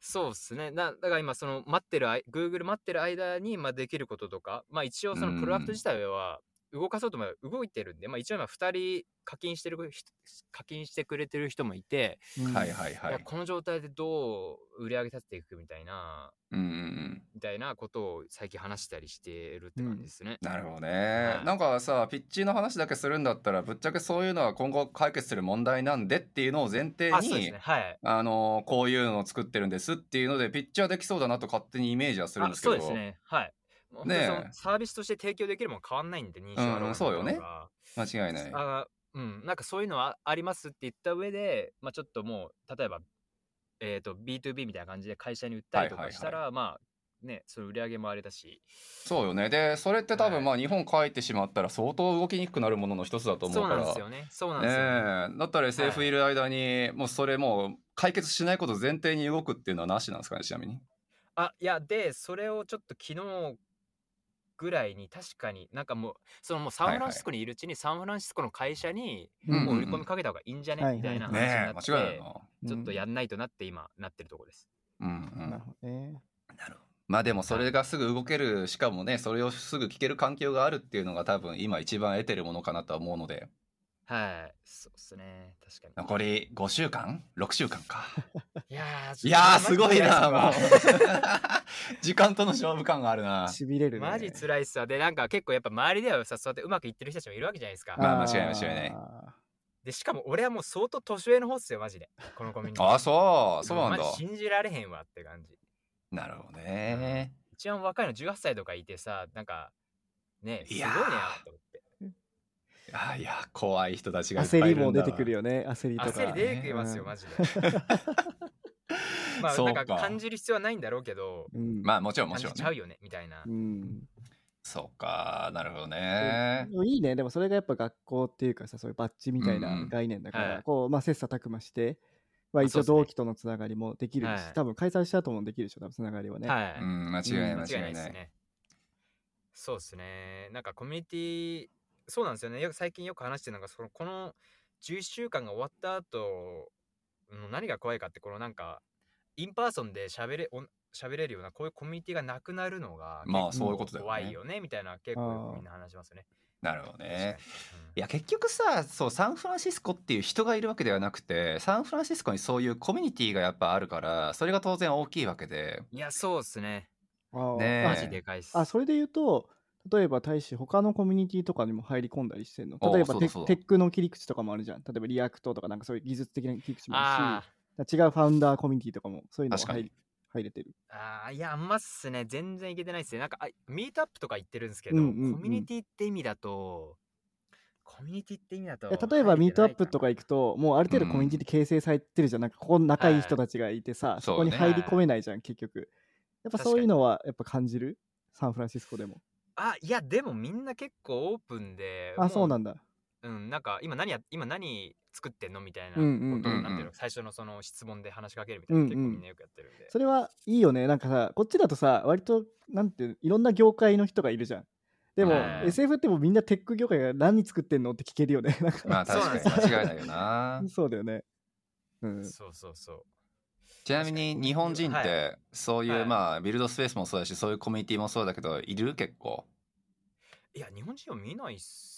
D: そうですねなだから今その待ってるあい Google 待ってる間に、まあ、できることとか、まあ、一応そのプロダクト
C: うん
D: 自体は動かそうと思えば動いてるんで、まあ、一応今2人課金してる人課金してくれてる人もいて、
B: うん
C: はいはいはい
D: や
C: い。
D: この状態でどう売り上げ立てていくみたいな
C: うんうんうん。
D: みたいなことを最近話したりしてるって感じですね。
C: なるほど
D: は
C: ね。
D: い
C: なんかさ、ピッチの話だけするんだったら、ぶっちゃけそういうのは今後解決する問題なんでっていうのを前提
D: あそうです
C: に
D: ね、はい
C: あの、こういうのを作ってるんですっていうので、ピッチはできそうだなと勝手にイメージはするん
D: あ
C: ですけ
D: そ
C: ど。
D: うですねはいもう本当
C: ねえ
D: にそのサービスとして提供できるもの変わんないんで認証
C: うん
D: アロー
C: そうよね
D: とか
C: 間違いない。
D: あうん、なんかそういうのはありますって言った上で、まあ、ちょっともう例えば、えー、と B2B みたいな感じで会社に売ったりと
C: はいはいはい
D: かしたら、まあねその売り上げもあれだし
C: そうよね。で、それって多
D: はい
C: 分まあ日本帰ってしまったら相当動きにくくなるものの一つだと思
D: そうう
C: か
D: な
C: ら。
D: んですよねそうなんですよね
C: ねえだったら SF
D: はい
C: いる間に、もうそれもう解決しないこと前提に動くっていうのはなしなんですかねちなみに
D: あいやでそれをちょっと昨日ぐらいに確かになんかもうそのもうサンフランシスコにいるうちにサンフランシスコの会社に
C: うん
D: もう売り込みかけた方がいいんじゃね、
B: はいはい
D: みたいな話に
C: ねえ、
D: なって、
C: 間違いないな。
D: ちょっとや
B: る。
D: んないとなって今なってるところです。
C: うんう
B: なんる。ほどね。
C: まあでもそれがすぐ動ける、しかもね、それをすぐ聞ける環境があるっていうのが多分今一番得てるものかなとは思うので、
D: はい、そうっすね、確か
C: 残り5週間 ?6 週間
B: [LAUGHS]
C: か。
D: に。いやー、
C: いやー、
D: ちょ
C: す
D: っと
C: ごいな、もう
D: マジ。
C: 時間との勝負感があるな。
B: しびれるね。
D: マジ辛いっすわ。で、なんか結構やっぱ周りではさ、そうやってうまくいってる人たちもいるわけじゃないですか。
C: まあ間違いない間違いない
B: あ
D: で、しかも俺はもう相当年上の方っすよ、マジで。このコミュニティ。
C: ああ、そう、そうなんだ
D: マ。ジ信じられへんわって感じ。
C: なるほどね。
D: 一番若いの18歳とかいてさ、なんか、ね、すご
C: い
D: いね
C: やー
D: と思って。
C: いや、いや、怖い人たち
B: ー
C: がいっぱいい
B: 焦
C: る
B: り
C: んだな
B: も出てくるよね。焦りとか。
D: 焦り出てきますよ、
B: うん
D: マジで。ま
C: [LAUGHS]
D: あ、
C: そう
D: な
C: か
D: んか感じる必要はないんだろうけど、
B: うん。
C: まあ、もちろん、も
D: 感
C: ち
D: じ
C: ろん
D: ちゃう
C: ね。
D: よね、みたいな
B: う。ん。
C: そうか、なるほどね
B: で。もいいねでもそれがやっぱ学校っていうかさそういうバッジみたい
C: うんう
B: なん概念だから、
D: はい
B: こうまあ切磋琢磨して、まあ、
D: あ
B: 一
D: そ
B: 応
D: うっすね
B: 同期とのつながりもできるし、
D: はい
B: 多分解散した後もできるでしょ多分つながりはね、
D: は
C: う
D: い。
C: ん、間違いない、
B: う
C: 間
B: ん
D: 間違いな
C: 違
D: い
C: い
D: です
C: ない。
D: ね。そうですね。なんかコミュニティ、そうなんですよね。よく最近よく話してるのが、そのこの11週間が終わった後の何が怖いかって、このなんか、インパーソンで喋れ、おん喋れるような、こういうコミュニティがなくなるのが、
C: まあ
D: 結構
C: そういうことだよね
D: 怖いよね、みたいな、結構よ
B: あ
D: く
B: ー
D: みんな話しますよね。
C: なるほどね。
D: 確かにうん
C: いや結局さそうサンフランシスコっていう人がいるわけではなくてサンフランシスコにそういうコミュニティがやっぱあるからそれが当然大きいわけで
D: いや、そうですね。
B: あー
C: ねえ
B: あ
D: マジでかいっす。
B: あそれで言うと例えば大使他のコミュニティとかにも入り込んだりしてんの
C: お
B: 例えば
C: そう
B: テ
C: だそう
B: ッ
C: だ
B: テックの切り口とかもあるじゃん例えばリアクトとかなんかそういう技術的な切り口もあ
D: あ
B: るし違うファウンダーコミュニティとかもそういうのも
C: 確か
B: 入
C: に
B: り入れてる
D: ーあー、いや、あんまっすね。全然いけてないっすね。なんか、あミートアップとか言ってるんですけど、
B: うんうんうん
D: コミュニティって意味だと、コミュニティって意味だと。
B: いや例えばミートアップと
D: か。
B: か行くともうある程度コミュニティで形成されてるじゃん、なんかここの仲いい人たちがいてさ、
C: い
B: そこに
C: そう
D: ね
B: 入り込めないじゃん結局やっぱそういうのはやっぱ感じるサンフランシスコでも
D: あ、いや、でもみんな結構オープンで。も
B: あそうなんだ
D: うん、なんか、今何や、今何作ってんのみたい
B: う
D: なこと
B: ん
D: を。
B: うんうん
D: なんていうの最初のその質問で話しかけるみたいな、
B: うんうん
D: 結構みんなよくやってるんで。
B: それはいいよねなんかさこっちだとさ割となんていうのいろんな業界の人がいるじゃんでも、
D: はい
B: SF ってもうみんなテック業界が何作ってんのって聞けるよねなんか
C: まあ
D: [LAUGHS] そう
C: 確
D: なん
C: かに
D: ですよ
C: 間違いないよ
D: [LAUGHS]
C: な
B: そうだよねうん
D: そうそうそう。
C: ちなみに日本人っ
D: は
C: てそういう
D: はい
C: まあビルドスペースもそうだしそういうコミュニティもそうだけどいる結構
D: いや、日本人は見ないっす。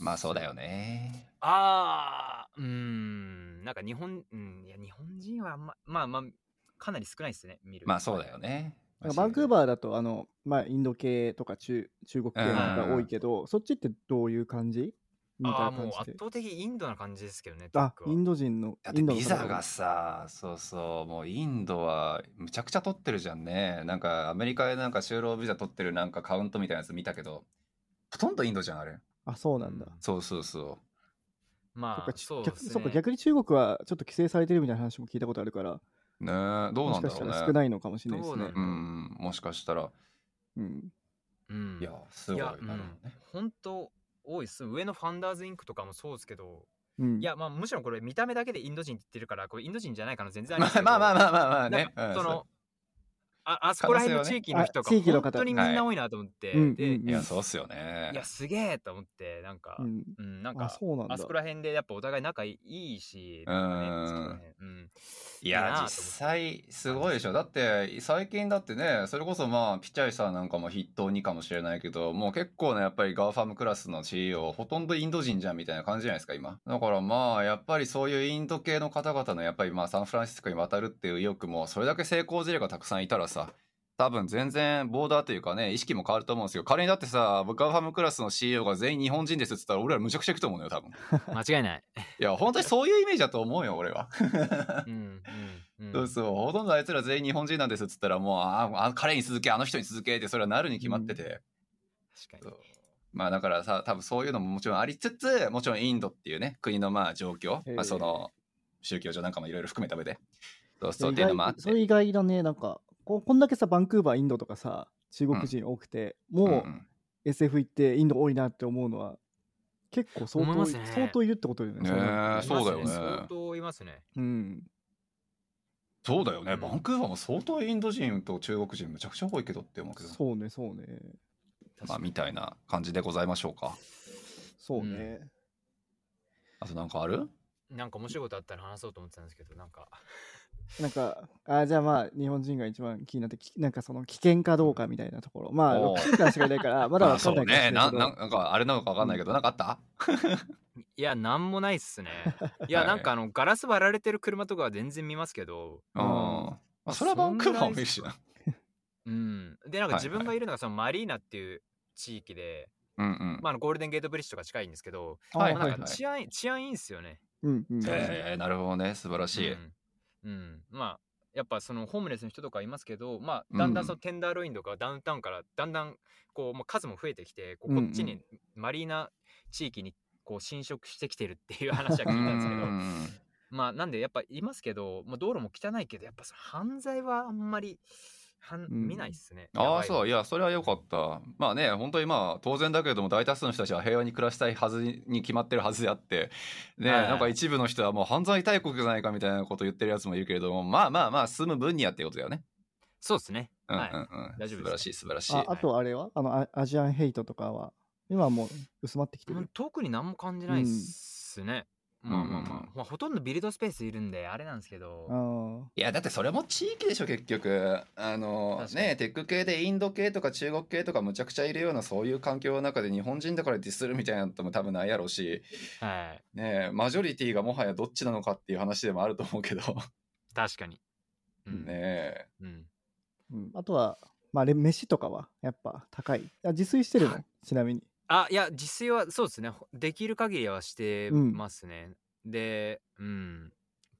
C: まあそうだよ。ね
D: あーうーんなんか日本、うん、いや日本人はあんままあまあかなり少ないですね見る
C: まあそうだよね
B: なんかバンクー
C: ー
B: バーだとあの、まあ、インド系とか中中国系の人が多いけど、そっちってどういう感じみた
D: あ
B: いな
D: あ
B: 感
D: もう
B: じ
D: 圧
B: で。
D: 倒的インドな感じですけどね
B: あ
D: 僕は
B: インド人の
C: だっ
B: イ
C: て
B: ンドの
C: ビ
B: 方
C: ザがさそうそうもうインドはむちゃくちゃ取ってるじゃんねなんかアメリカでなんか就労ビザ取ってるなんかカウントみたいなやつ見たけどほとんどインドじゃんあれ
B: あそうなんだ、
D: うん
C: そうそうそう
D: まあ
B: そっ
D: そう
B: か
D: で
B: 逆
D: すね
B: そっか逆に中国はちょっと規制されてるみたいな話も聞いたことあるから
C: ねえどうな
B: もし
C: んだ
B: かし
C: ろ
B: た
C: う
B: ら
C: ね
B: 少ないのかもしれないです
D: どう
B: ね
D: な
C: うんうんもしかしたら
B: うん
D: うん
C: いやすごい
D: い
C: な
D: や
C: る
D: うん
C: ほどね
D: 本当多いっす上のファンダーズインクとかもそうですけど
B: うん
D: いやまあむしろこれ見た目だけでインド人って言ってるからこれインド人じゃないかな全然あり
C: ま
D: ますけ
C: あ
D: ど
C: まあまあまあまあまあ
D: なん
C: ね
D: かそ
C: うん
D: のああそこら辺の
C: 可能性はね
D: 地域の人
B: あ地域の
D: が
B: 方
D: 本当にみんな多いなと思って
B: うん
D: で
B: うん
C: いやそうっすよね
D: いやすげえと思ってなんか
B: うん
D: うんなん
B: あ
D: か
B: そうなんだ
D: あそこら辺でやっぱお互い仲いいし、
C: うん
D: なんかねそこら辺うん
C: い
D: いいなと
C: や
D: 思っ
C: 実
D: て
C: 際すごいでしょだって最近だってねそれこそまあピッチャイさんなんかも筆頭にかもしれないけどもう結構ねやっぱりガーファムクラスの CEO ほとんどインド人じゃんみたいな感じじゃないですか今だからまあやっぱりそういうインド系の方々のやっぱりまあサンフランシスコに渡るっていう意欲もそれだけ成功事例がたくさんいたらさ多分全然ボーダーというかね意識も変わると思うんですよ仮にだってさガーファムクラスの CEO が全員日本人ですって言ったら俺らむちゃくちゃ行くと思うのよ多分
D: 間違いない。
C: いや本当にそういうイメージだと思うよ俺は
D: うんうんう
C: [LAUGHS]
D: ん
C: そうそう、ほとんどあいつら全員日本人なんですっつったら、もう、あああ、彼に続け、あの人に続けって、それはなるに決まってて。
D: 確かに
C: そうまあだからさ、多分そういうのももちろんありつつ、もちろんインドっていうね、国のまあ状況、
B: ええ
C: まあその、宗教上なんかもいろいろ含めた上で、そうそう
B: 意
C: っていうのもあっ
B: 外そ
C: て。
B: れ意外だねなんかここんだけさバンクーバーインドとかさ中国人多くて、もう、
C: うんうん
B: SF 行ってインド多いなって思うのは結構相
D: 思いま
B: 当い、
D: すね
B: 相当いるってことだよね。
C: ねえ
B: そうなると
C: そうだよね
D: います相当いますね。
B: うん。
C: そうだよね、
D: うん
C: バンクーバーも相当インド人と中国人むちゃくちゃ多いけどって思うけど、
B: そうね、そうね。
C: まあ、みたいな感じでございましょうか
B: そうね。
C: あとなんかある
D: なんか面白いことあったら話そうと思ってたんですけどなんか
B: なんか、あじゃあまあ、日本人が一番気になって、きなんかその危険かどうかみたいなところ。まあ、
C: おう
B: 6週間しかいない
C: [LAUGHS]
B: から、まだ
C: あ
B: わか
C: そ
B: んな
C: う
B: いかもし
C: ね
B: れな
C: ない
B: けど
C: ななんかあれなのかわかんないけど、なんかあった
D: いやなんもないっ
C: [LAUGHS]
D: すねいや
C: はい
D: なんかあのガラス割られてる車とかは全然見ますけど
C: うん、まあ、それはバンクーバーもいいしな
D: うんでなんか
C: はい
D: 自分がいるのがそのマリーナっていう地域で、
C: うんうん、
D: まああのゴールデンゲートブリッジとか近いんですけど、
C: は
B: あ
C: い
D: まあ
C: はい
D: な
C: はい
D: んか治安治安いいんすよね
B: うんうん。
C: えー、なるほどね素晴らしい、
D: うんうんまあやっぱそのホームレスの人とかいますけど、ま
C: う
D: あ、
C: ん
D: だんだんそのテンダーロインとかダウンタウンからだんだんこう、まあ、数も増えてきてこう
B: うんう
D: こ
B: ん
D: っちにマリーナ地域にこう侵食してきてるっていう話は
C: う
D: 聞いたんですけど、
C: ん
D: まあなんでやっぱいますけど、まあ、道路も汚いけどやっぱその犯罪はあんまりはん
B: うん
D: 見ないっすね。
C: ああそう
D: う
C: いやそれは良かったまあね本当にまあ当然だけれども大多数の人たちは平和に暮らしたいはずに決まってるはずであってね
D: はい
C: なんか一部の人はもう犯罪大国じゃないかみたいなこと言ってるやつもいるけれどもまあまあまあ住む分にはっていうことだよね
D: そうですね。
C: うんうん
D: はい
C: うん、
D: 大
C: 素
D: 丈
C: 晴
D: 夫
C: ら
D: で
C: し
D: す
C: い素晴らしい
B: ああとあれはあのアアジアンヘイトとかは、今はもう薄まってきて
D: うん
B: る。
D: 特に何も感じないっすね。
C: ん
D: まあまあ
C: うんうん
D: ま
C: うん
D: あ、まあ、ほとんどビルドスペースいるんであれなんですけど。
B: あ
C: いやだってそれも地域でしょ結局あの
D: 確かに
C: ねテック系でインド系とか中国系とかむちゃくちゃいるようなそういう環境の中で日本人だからディスるみたいなのも多分ないやろうし
D: はい。
C: ねマジョリティがもはやどっちなのかっていう話でもあると思うけど
D: 確かに。うん
C: ねえ
D: うん、
B: うんあとは、まあ、レ飯とかはやっぱ高い。あ自炊してるのちなみに。
D: あいや自炊はそうですねほできる限りはしてますね、でうん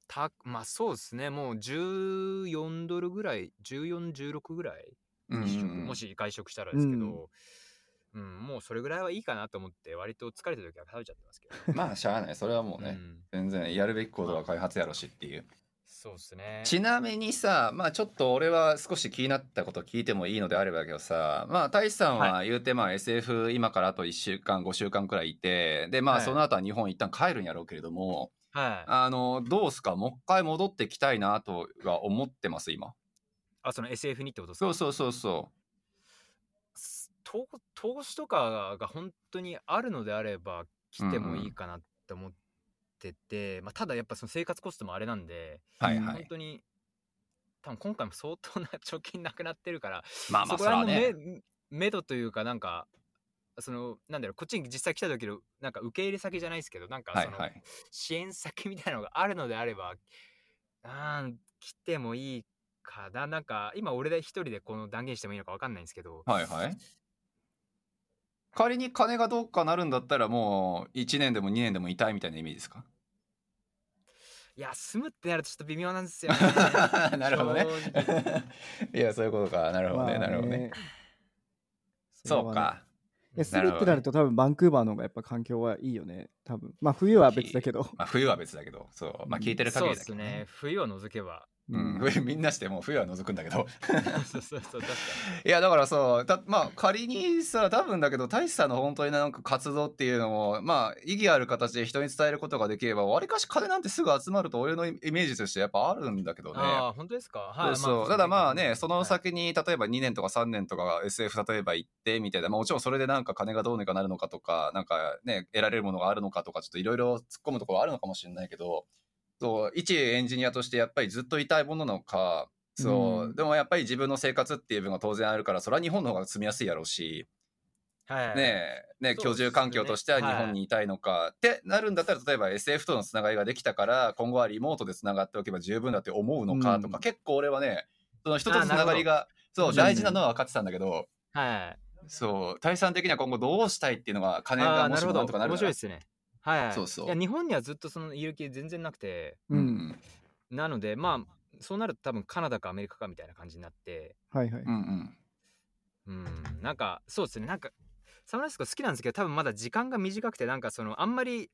D: たまあそうですねもう14ドルぐらい1416ぐらい
C: うん
D: 一食
C: うんうん
D: もし外食したらですけ
B: う
D: ど、うんもうそれぐらいはいいかなと思って割と疲れた時は食べちゃってますけど
C: まあしゃあないそれはもう
D: う
C: ね、
D: ん
C: 全然やるべきことは開発やろしっていう
D: そうですね
C: ちなみにさまあちょっと俺は少し気になったこと聞いてもいいのであればだけどさまあ大志さんは言うてまあ SF 今からあと1週間5週間くらいいてでまあ
D: はい
C: その後は日本一旦帰るんやろうけれども、
D: はい
C: あのどうすかもう一回戻ってきたいなとは思ってます今
D: あその SF にってことですか
C: そうそうそうそ
D: す投投資とかが本当にあるのであれば来てもいいかなって思ってて、まあ、ただやっぱその生活コストもあれなんで、
C: うはいは
D: 本
C: い
D: 当に多分今回も相当な [LAUGHS] 貯金なくなってるから
C: まあまあ
D: こ
C: それ
D: ら
C: は
D: 辺
C: ね
D: のめめどというかなんかそのなんだろうこっちに実際来た時のなんか受け入れ先じゃないですけどなんか
C: はい
D: その
C: はい
D: 支援先みたいなのがあるのであればあー来てもいいかななんか今俺で一人でこの断言してもいいのか分かんないんですけど、
C: はいはい。仮に金がどうかなるんだったらもう1年でも2年でもいたいみたいな意味ですか
D: いや、住むってなるとちょっと微妙なんですよ
C: [LAUGHS]
D: ね。
C: なるほどね
D: 正直。
C: [LAUGHS] いやそういうことかなるほどね、
B: ま
C: な
B: あ
C: るほどね。
B: れは
C: そうか。
B: いや、す
C: なる
B: る
C: ほ
B: っ
C: ど
B: て
C: ね
B: なると多分バンクーバーの方がやっぱ環境はいいよね。多分。まあ冬は別だけど。
C: まあ、冬は別だけどそう、まあ、聞いてる
D: そう
C: 限り
D: で
C: だけ
D: す
C: ど
D: ね。冬を除け
C: [LAUGHS]
D: ば。
C: うん、冬みんなしてもう冬は除くんだけど [LAUGHS]
D: そうそうそう、確か
C: いやだからそうたまあ仮にさ多分だけど大志さんの本当になんか活動っていうのもまあ意義ある形で人に伝えることができればわりかし金なんてすぐ集まると俺のイメージとしてやっぱあるんだけど
D: に。
C: ね
D: ああ、本当ですか。はい。
C: そうそうただまあねその
D: はい
C: 先に例えば2年とか3年とか SF 例えば行ってみたいな、まあ、もちろんそれでなんか金がどうにかなるのかとかなんかね得られるものがあるのかとかちょっといろいろ突っ込むところはあるのかもしれないけどそう一エンジニアとしてやっぱりずっといたいものなのかそう、
B: うん
C: でもやっぱり自分の生活っていう分が当然あるからそれは日本の方が住みやすいやろうし、
D: はい。
C: ねえねえ
D: そ
C: 居
D: う
C: 住環境としては日本にいたいのか、ってなるんだったら例えば SF とのつながりができたから今後はリモートでつながっておけば十分だって思うのかとか、
B: うん
C: 結構俺はねその人とのつながりがそう
B: なるほど
C: 大事なのは分かってたんだけど、
D: はい。
C: そう対さん的には今後どうしたいっていうのが金
D: あ
C: が
D: あ、
C: も
D: な
C: し
D: る
C: も
D: ほ
C: な
D: ど。
C: んとかなる
D: 面
C: なら
D: 白いですね。はい。
C: そうそう
D: いや、日本にはずっとその有給全然なくて、
C: う
B: うんん
D: なので、まあ、そうなると多分カナダかアメリカかみたいな感じになって、
B: はいはい。
C: うんうん
D: うん、なんか、そうですね。なんか、サンフランシスコ好きなんですけど、多分まだ時間が短くて、なんかその、あんまり、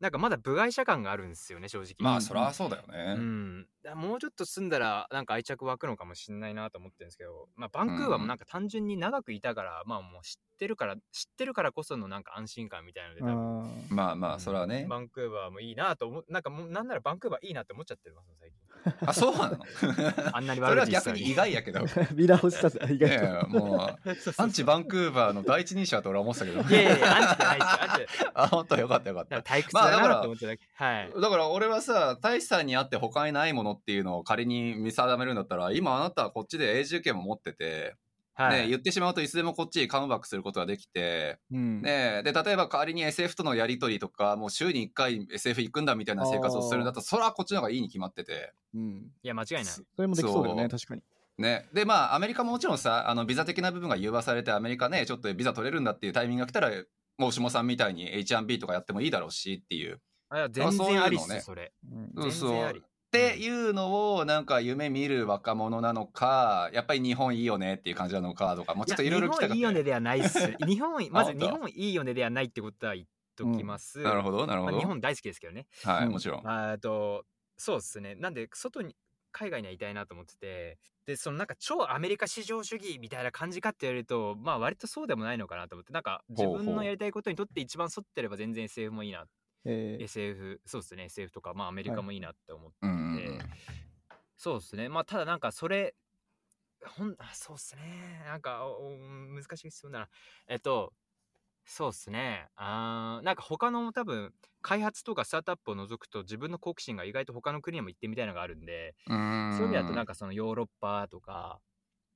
D: なんかまだ部外者感があるんですよね正直
C: まあそりゃそうだよね、
D: うん、だからもうちょっと住んだらなんか愛着湧くのかもしんないなと思ってるんですけど、まあ、バンクーバーもなんか単純に長くいたから、まあもう知ってるから知ってるからこそのなんか安心感みたいなので多分
B: あ
C: まあまあそれはね、
D: バンクーバーもいいなと思うなんかもうなんならバンクーバーいいなって思っちゃってますもん最
C: [LAUGHS]
D: 近
C: あそうなの
D: [LAUGHS] あんなに
C: それ
D: 悪
C: はい
D: 実
C: 逆
D: 際
C: に意外やけど
D: [LAUGHS]
B: ー [LAUGHS] ビラ欲しさ意
C: い
B: 外
C: やい
B: と。
C: やもうアンチバンクーバーの第一人者だと俺は思ってたけど
D: いやいやいやアンチじゃないですアンチじゃ
C: [LAUGHS] あ本当よかったよかった
D: なんか退屈
C: まあだ
D: だ
C: から
D: なって思ってただけ、はい
C: だから俺はさ大志さんにあって他にないものっていうのを仮に見定めるんだったら今あなたはこっちで永住権も持ってて、
D: はい、
C: ね、言ってしまうといつでもこっちにカムバックすることができて、
B: うん
C: ね、で例えば仮に SF とのやり取りとかもう週に1回 SF 行くんだみたいな生活をするんだったらそれはこっちの方がいいに決まってて。
B: うん。
D: いや間違いない
B: それもできそうだよ
C: そう
B: ね、確かに。
C: ね、でまあアメリカももちろんさあのビザ的な部分が融和されてアメリカねちょっとビザ取れるんだっていうタイミングが来たらもう下さんみたいに H&B とかやってもいいだろうしっていう
D: あいや全然ありっす
C: そういうのね
D: それ
B: うん
C: そう
D: 全
C: そう
D: 然あ
C: っ
D: り
C: ていうのをなんか夢見る若者なのかやっぱり日本いいよねっていう感じなのかとかもうちょっといろいろ聞きたか
D: や日
C: っ
D: 本いいよ
C: た
D: ね
C: ね
D: ではない
C: [LAUGHS]
D: っす日本まず
C: 本当
D: 日本いいよねではないってことは言っときます、
C: なるほどなるほ
D: まあ、
C: ど
D: 日本大好きですけどね
C: はい
B: うん
C: もちろん
D: まあえっとそうですねなんで外に海外にはいたいなと思っててでそのなんか超アメリカ市場主義みたいな感じかって言われるとまあ割とそうでもないのかなと思ってなんか
C: ほ
D: 自
C: うほう
D: 分のやりたいことにとって一番沿ってれば全然 SF もいいな
B: えー
D: SF そうですね SF とかまあアメリカもいいなって思って
C: うんうん
D: て、そうですねまあただなんかそれほんあそうですねなんかおお難しい質問だなえっとそうですねあーなんか他の多分開発とかスタートアップを除くと自分の好奇心が意外と他の国にも行ってみたいのがあるんで
C: うん
D: そういう意味だとなんかそのヨーロッパとか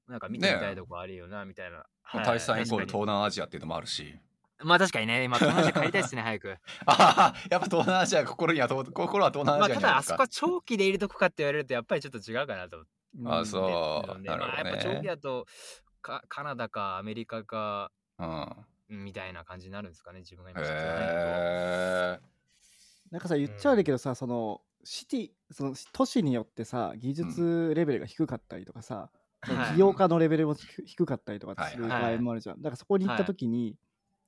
D: なんか見てみたいとこあるよなみたいな、はい
C: 大志さんイコール
D: 確か
C: 東南アジアっていうのもあるし
D: にまあ確かにね今東南アジア帰りたいですね早く
C: ああやっぱ東南アジア心にはと心は東
D: ま
C: 南アジ
D: あ
C: アにあ
D: た
C: る
D: だあ
C: の
D: そこは
C: か
D: 長期でいるとこかって言われるとやっぱりちょっと違うかなと思って
B: うん
C: あそう
D: ので
C: なる
D: ま
C: ほど
D: あ、やっぱ
C: ね
D: 長期だとかカナダかアメリカか
C: うん
D: みたいな感じになるんですかね自分が今実際ない
C: へえ
B: なんかさ、言っちゃ悪いけどさ、その、シティ、その都市によってさ、技術レベルが低かったりとかさ、
D: とはい
B: 起業家のレベルも低低かったりとかする場合もあるじゃん。だからそこに行った時に、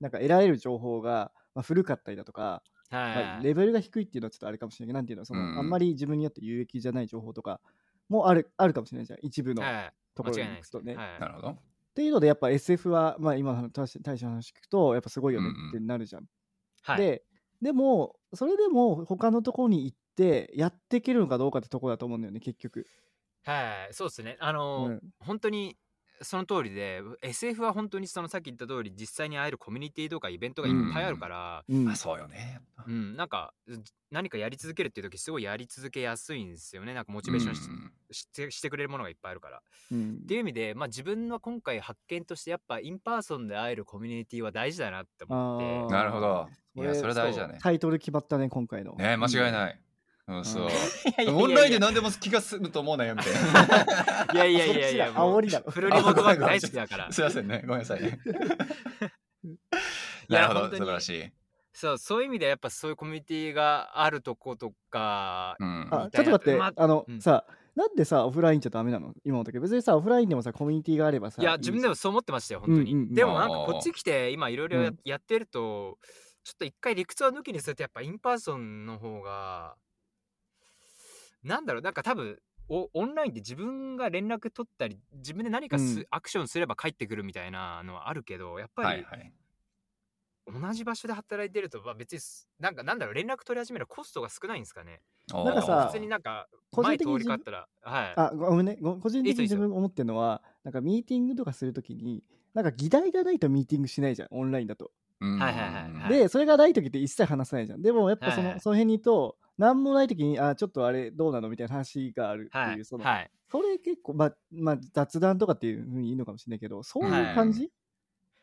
B: なんか得られる情報が、まあ、古かったりだとか、まあ
D: はい
B: レベルが低いっていうのはちょっとあれかもしれないけど、なんていうの、その、
C: うん
B: あんまり自分によって有益じゃない情報とかもあるあるかもしれないじゃん、一部の
D: はい
B: とこ
D: 間違
B: ろ
D: い
B: に
D: な
B: 行
D: いで
B: く
D: す
B: とね。
D: は
C: なるほど
B: っていうので、やっぱ SF は、まあ、今の大使大使の話聞くと、やっぱすごいよね
C: うんうん
B: ってなるじゃん。
D: いはい
B: で、でも、それでも他のところに行って、やっていけるのかどうかってとこだと思うんだよね、結局。
D: はいそうですねあの、
B: うん
D: 本当にその通りで SF は本当にそのさっき言った通り実際に会えるコミュニティとかイベントがいっぱいあるから、
B: うん
C: あそうよね
D: うんなんかず何かやり続けるっていう時すごいやり続けやすいんですよねなんかモチベーションし,、
C: うん
D: してしてくれるものがいっぱいあるから。
B: うん
D: っていう意味で、まあ、自分の今回発見としてやっぱインパーソンで会えるコミュニティは大事だなって思っ
B: あ
D: て
C: なるほどいや
B: これ
C: それ大事だね
B: タイトル決まったね、今回の。
C: ね間違い
B: い。
C: ないうんそう
D: [LAUGHS] [LAUGHS] いやいやいやいや
C: オンラインで何でも気が済むと思うなよみたいな
D: [LAUGHS] いやいやいやい
B: そ
D: や
B: っちだ
D: も
B: 煽
D: う
B: りだろ。
D: フルリモートワーク大好き
B: [LAUGHS]
D: だから
C: すいませんねごめんなさいね
D: い
C: な
D: や
C: るほど
D: 本当に
C: 素晴らしい
D: そうそういう意味ではやっぱそういうコミュニティがあるとことか
C: うん
B: あちょっと待って、
D: ま
B: あの、
D: うん
B: さ、なんでさ、オフラインじゃダメなの今の時。別にさ、オフラインでもさ、コミュニティがあればさ。
D: いや自分で
B: も。
D: もそう思ってましたよ本当に、
B: うんうんうん
D: でもなんかこっち来て今いろいろや
B: うん
D: やってるとちょっと一回理屈は抜きにするとやっぱインパーソンの方がなんだろうなんか多分おオンラインで自分が連絡取ったり自分で何か
B: う
D: す、
B: ん
D: アクションすれば帰ってくるみたいなのはあるけどやっぱ
C: は
D: り
C: いはい
D: 同じ場所で働いてると、まあ、別にすなんかなんだろう連絡取り始めるコストが少ないんですかね
C: おー
B: なんかさ
D: 普通になんか
B: 個人
D: 前
B: 的
D: 通
B: に
D: り
B: 自
D: か
B: 分
D: ったらはい
B: あ、ごめんね。ご個人
D: いいっ
B: 的に
D: すよいいっ
B: 自
D: すよ
B: 分思ってるのは、なんかミーティングとかするときに、なんか議題がないとミーティングしないじゃん、オンラインだと。
C: うん
D: はいはいはいはい
B: で、それがないときって一切話さないじゃん。でも、やっぱそ
D: はいはい
B: の、その辺にいると、なんもないときに、あ、ちょっとあれどうなのみたいな話があるって
D: はい
B: いう、その、
D: はい
B: それ結構、まあ、まあ、雑談とかっていうふうに言うのかもしれないけど、そういう感じ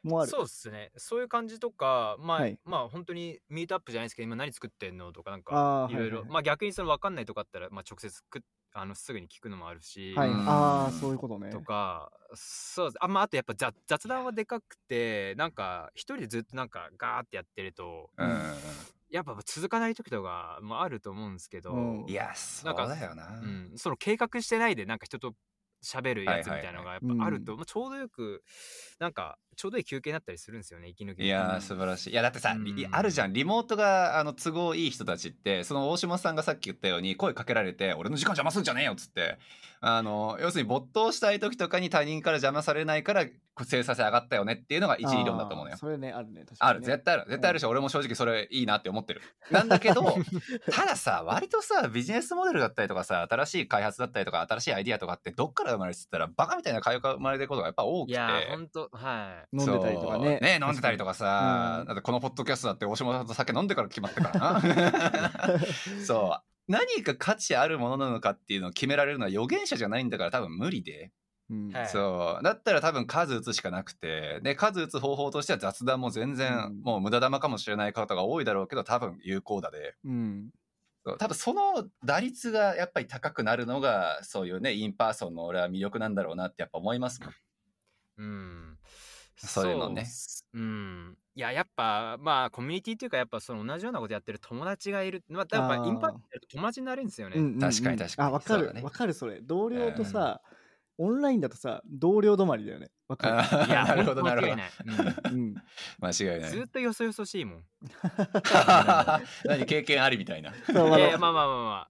B: もある。
D: そうっすねそういう感じとかまあ、
B: はい
D: まあ本当にミートアップじゃないですけど今何作ってんのとかなん
B: あ
D: か
B: ー
D: い
B: は
D: ろいろ
B: いはいはい
D: まあ逆にその分かんないとかあったら、まあ、直接くあのすぐに聞くのもあるし、
B: はい。
C: うん
B: ああ、そういうことね。
D: とかそうですあまああとやっぱ雑雑談はでかくてなんか一人でずっとなんかガーってやってると
C: うんうん
D: やっぱ続かない時とかもあると思うんですけど、
B: うん
C: いやそうだよな
D: うん、その計画してないでなんか人と喋るやつみたいなのがやっぱあると、
B: う
D: まあちょうどよくなんかちょうどいい休憩になったりするんですよね息抜き
C: いやー素晴らしい。いやだってさ、
D: うん
C: リあるじゃんリモートがあの都合いい人たちってその大島さんがさっき言ったように声かけられて「俺の時間邪魔すんじゃねえよ」っつってあの要するに没頭したい時とかに他人から邪魔されないから生産性上がったよねっていうのが一理論だと思うのよ
B: あー。それね、あるね。確か
C: あ
B: に
C: る
B: ね
C: 絶対ある絶対あるし、俺も正直それいいなって思ってる。なんだけど [LAUGHS] たださ割とさビジネスモデルだったりとかさ新しい開発だったりとか新しいアイディアとかってどっから生まれてったらバカみたいな会話が生まれてることがやっぱ多く
D: い
C: て。
D: やーほんとはい
B: 飲んでたりとかね。
C: そう飲んでたりとかさ、
B: うん
C: だってこのポッドキャストだって大島さんと酒飲んでから決まった
B: [LAUGHS]
C: からなそう何か価値あるものなのかっていうのを決められるのは予言者じゃないんだから多分無理で、
B: うん
D: はい
C: そうだったら多分数打つしかなくてで数打つ方法としては雑談も全然、
B: うん
C: もう無駄玉かもしれない方が多いだろうけど多分有効だで
B: うん。
C: そう多分その打率がやっぱり高くなるのがそういうねインパーソンの俺は魅力なんだろうなってやっぱ思いますもん
D: うん
C: そういうのね
D: っすうんいややっぱまあコミュニティというかやっぱその同じようなことやってる友達がいるまたやっぱ
B: あー
D: インパクトやると友達になれるんですよね、
B: うんうんうん
C: 確かに確かに
B: あ、わか
C: そうだね
B: る。わかる、それ。同僚とさ、オンラインだとさ、同僚止まりだよね。わか
D: [LAUGHS] い
C: [LAUGHS]
D: や
C: なるほど
D: んと
C: なるほど
D: 間違いないうん
B: る。うん。
C: 間違いない
D: ずっとよそよそしいもん。
C: [LAUGHS] 何経験ありみ [LAUGHS] たいな
B: そう
D: いやいやまあまあまあまあ。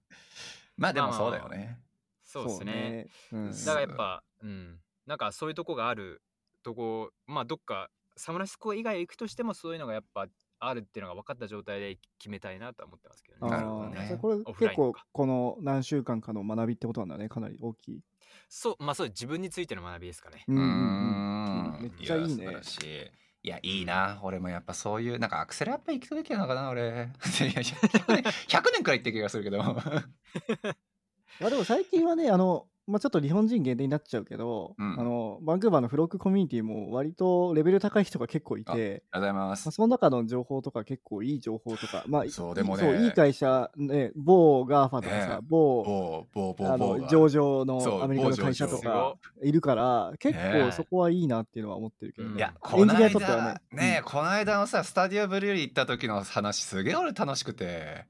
C: まあでもそうだよね、
D: そうですね。
B: そうね。うん
D: だからやっぱ、うん、なんかそういうとこがあるとこ、まあどっかサムライスコ以外行くとしてもそういうのがやっぱあるっていうのが分かった状態で決めたいなとは思ってますけど
B: あー
D: ね。
C: なるほどね
B: それこれ
D: オフ
B: 結
D: ラインと
B: 構
D: か
B: この何週間かの学びってことなんだねかなり大きい。
D: そう、まあそう自分についての学びですかね。
B: うん
C: う
B: うんんうんめっちゃいい
C: や
B: ね
C: 素晴らしいいやいいな俺もやっぱそういうなんかアクセルアップ行くべきなのかな俺 [LAUGHS] いやいや100年 ,100 年くらい行ってる気がするけど
B: まあでも最近はねあの、まあ、ちょっと日本人限定になっちゃうけど、
C: うん
B: あのバンクーバーのフロックコミュニティも割とレベル高い人が結構いて。
C: ありがとうございます
B: まあ、その中の情報とか結構いい情報とか、まあ、
C: [LAUGHS] そうでもね
B: そういい会社、ね、某ガーファとかさ、
C: ね
B: 某
C: ボーボーボ
B: あ
C: ーボ
B: の
C: ー
B: 上場
C: そう
B: のアメリカの会社
C: 某上
B: と
C: 場
B: かいるから、結
C: ね
B: 構そこはいいなっていうのは思ってるけど
D: うん
C: い
B: ね
C: や。
B: エ
C: こ
B: ン
C: の
B: ジニアにとっては
C: 間
B: ねうん
C: ねこの間のさスタディオブリューリー行った時の話すげえ俺楽しく
B: [LAUGHS]
C: て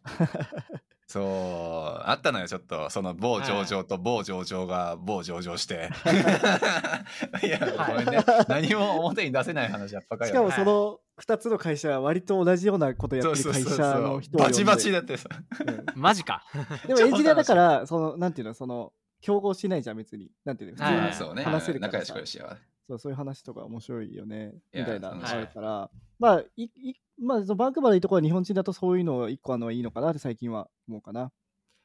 C: そうあったのよちょっとその某上場と某上場が某上場して [LAUGHS] いやごめんね何も表に出せない話やっぱか
B: し
C: よ
B: かも
D: はい
B: その2つの会社は割と同じようなことやってる会社の人を
C: バ
B: 呼んで
C: チバチだってさ
B: うん
D: マジか。
B: でもエンジニアだからそのなんていうのその競合しないじゃん別になんていうの
D: はい
B: 普
D: そ
B: 通に
D: うね
B: 話せるか
C: 仲
B: ら
C: 良し
B: さ
C: こよしは
B: そうそういう話とか面白いよね
C: いや
B: みたいな
C: そう
B: 話
D: そう
B: あるから、まあいいまあそのバンクーバーのいいところは日本人だとそういうのを一個あるのはいいのかなって最近は思うかな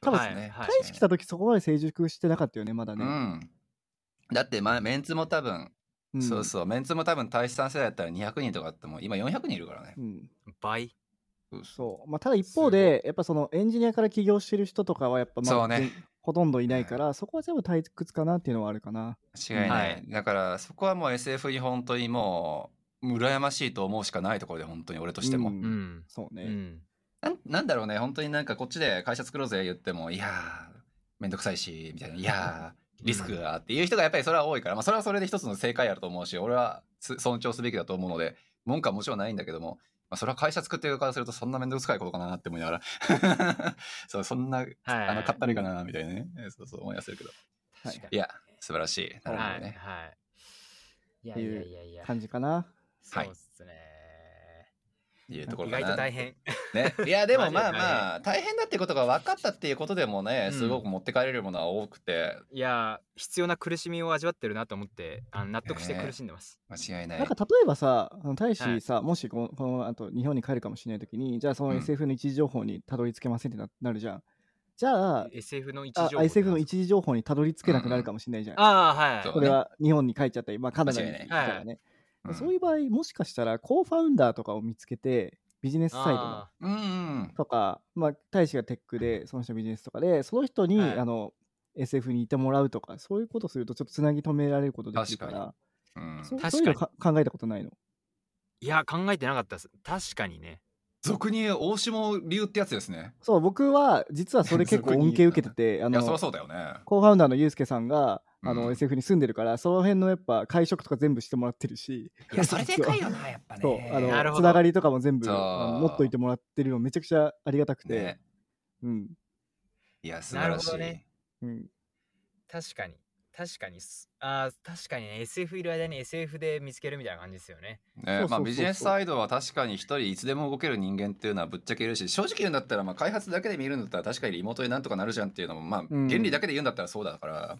B: 多分
D: はいはい
B: 大使来た時そこまで成熟してなかったよねまだ
C: う
B: ね、
C: んだって、まあ、メンツも多分、
B: うん
C: そうそうメンツも多分大志さん世代だったら200人とかあっても今400人いるからね
B: う、ん
D: 倍。
B: そうまあ、ただ一方で、やっぱそのエンジニアから起業してる人とかは、やっぱまあ
C: そうね
B: ほとんどいないから、そこは全部退屈かなっていうのはあるかな。
C: 間違いない、
D: はい
C: だからそこはもう SF に本当にもう羨ましいと思うしかないところで本当に俺としても、
B: うん
D: うん。
B: そう
D: う
B: ね、
D: ん。
C: なんなんだろうね本当になんかこっちで会社作ろうぜ言ってもいやーめんどくさいしみたいないやーリスクがっていう人がやっぱりそれは多いから、まあ、それはそれで一つの正解あると思うし俺はす尊重すべきだと思うので文句はもちろんないんだけども、まあ、それは会社作ってる側からするとそんなめんどくさいことかなって思いながら [LAUGHS] そうそんな
D: はい。
C: あのかったりかなみたいなねそうそう思いやするけど
D: 確か
C: い
D: に
C: や素晴らしいなるほ
D: は
C: ど
D: い
C: ね、
D: はい。いや
B: て
D: い
B: いう
D: やいやいや。
B: 感じかな。
D: そうっすね。
C: いうところ
D: 意
C: かな
D: 外と大変。
C: ね、いやでも
D: [LAUGHS] マジで
C: まあまあ大変だってことが分かったっていうことでもね
D: うん
C: すごく持って帰れるものは多くて、
D: いやー必要な苦しみを味わってるなと思ってあの納得して
C: ねえ
D: 苦しんでます。
C: 間違いない
B: なんか例えばさ、あの大使さ、もしこのこのあと日本に帰るかもしれないときに、じゃあその
C: うん
B: SF の一時情報にたどり着けませんってななるじゃん。じゃあ
D: SF の一
B: あ
D: 情報
B: SF の一時情報にたどり着けなくなるかもしれないじゃん。
D: ああはい
C: そう
B: これは日本に帰っちゃったり、まあ、カナダに
C: 間
B: 行っ
C: 違い
B: た
D: ない
B: らね。
C: うん
B: そういう場合、もしかしたらコーファウンダーとかを見つけて、ビジネスサイトの
D: あ
C: うんうん
B: とか、まあ、大使がテックで、その人ビジネスとかで、その人に、
D: はい
B: あの SF にいてもらうとか、そういうことすると、ちょっとつなぎ止められることできるから、
C: 確うん
B: そ
D: 確かに
B: そういうのか考えたことないの。
D: ーいや考えてなかったです確かにね
C: 俗に言う大下流ってやつですね
B: そう、僕は、実はそれ結構
C: [LAUGHS] そこに
B: 恩恵受けてて、あ
C: いやそり
B: の
C: ゃ、そうだよね
B: コーファウンダーのユうスケさんが、あの、
C: うん
B: SF に住んでるから、その辺のやっぱ会食とか全部してもらってるし、
C: い
B: [LAUGHS]
C: やそれでかいよなやっぱね
B: そう、あ
D: なるほ
B: の、つ
D: ど
B: ながりとかも全部、
C: そう
B: あの持っといてもらってるのめちゃくちゃありがたくて、
C: ね
B: うん、
C: いや素晴らしい
D: なるほどね
B: うん。
D: 確かに確かにすあー確かにね SF いる間に SF で見つけるみたいな感じですよね
C: ね
B: そうそうそうそう
C: まあビジネスサイドは確かに一人いつでも動ける人間っていうのはぶっちゃけいるし正直言うんだったらまあ開発だけで見るんだったら確かにリモートでなんとかなるじゃんっていうのもまあ
B: うん
C: 原理だけで言うんだったらそうだから、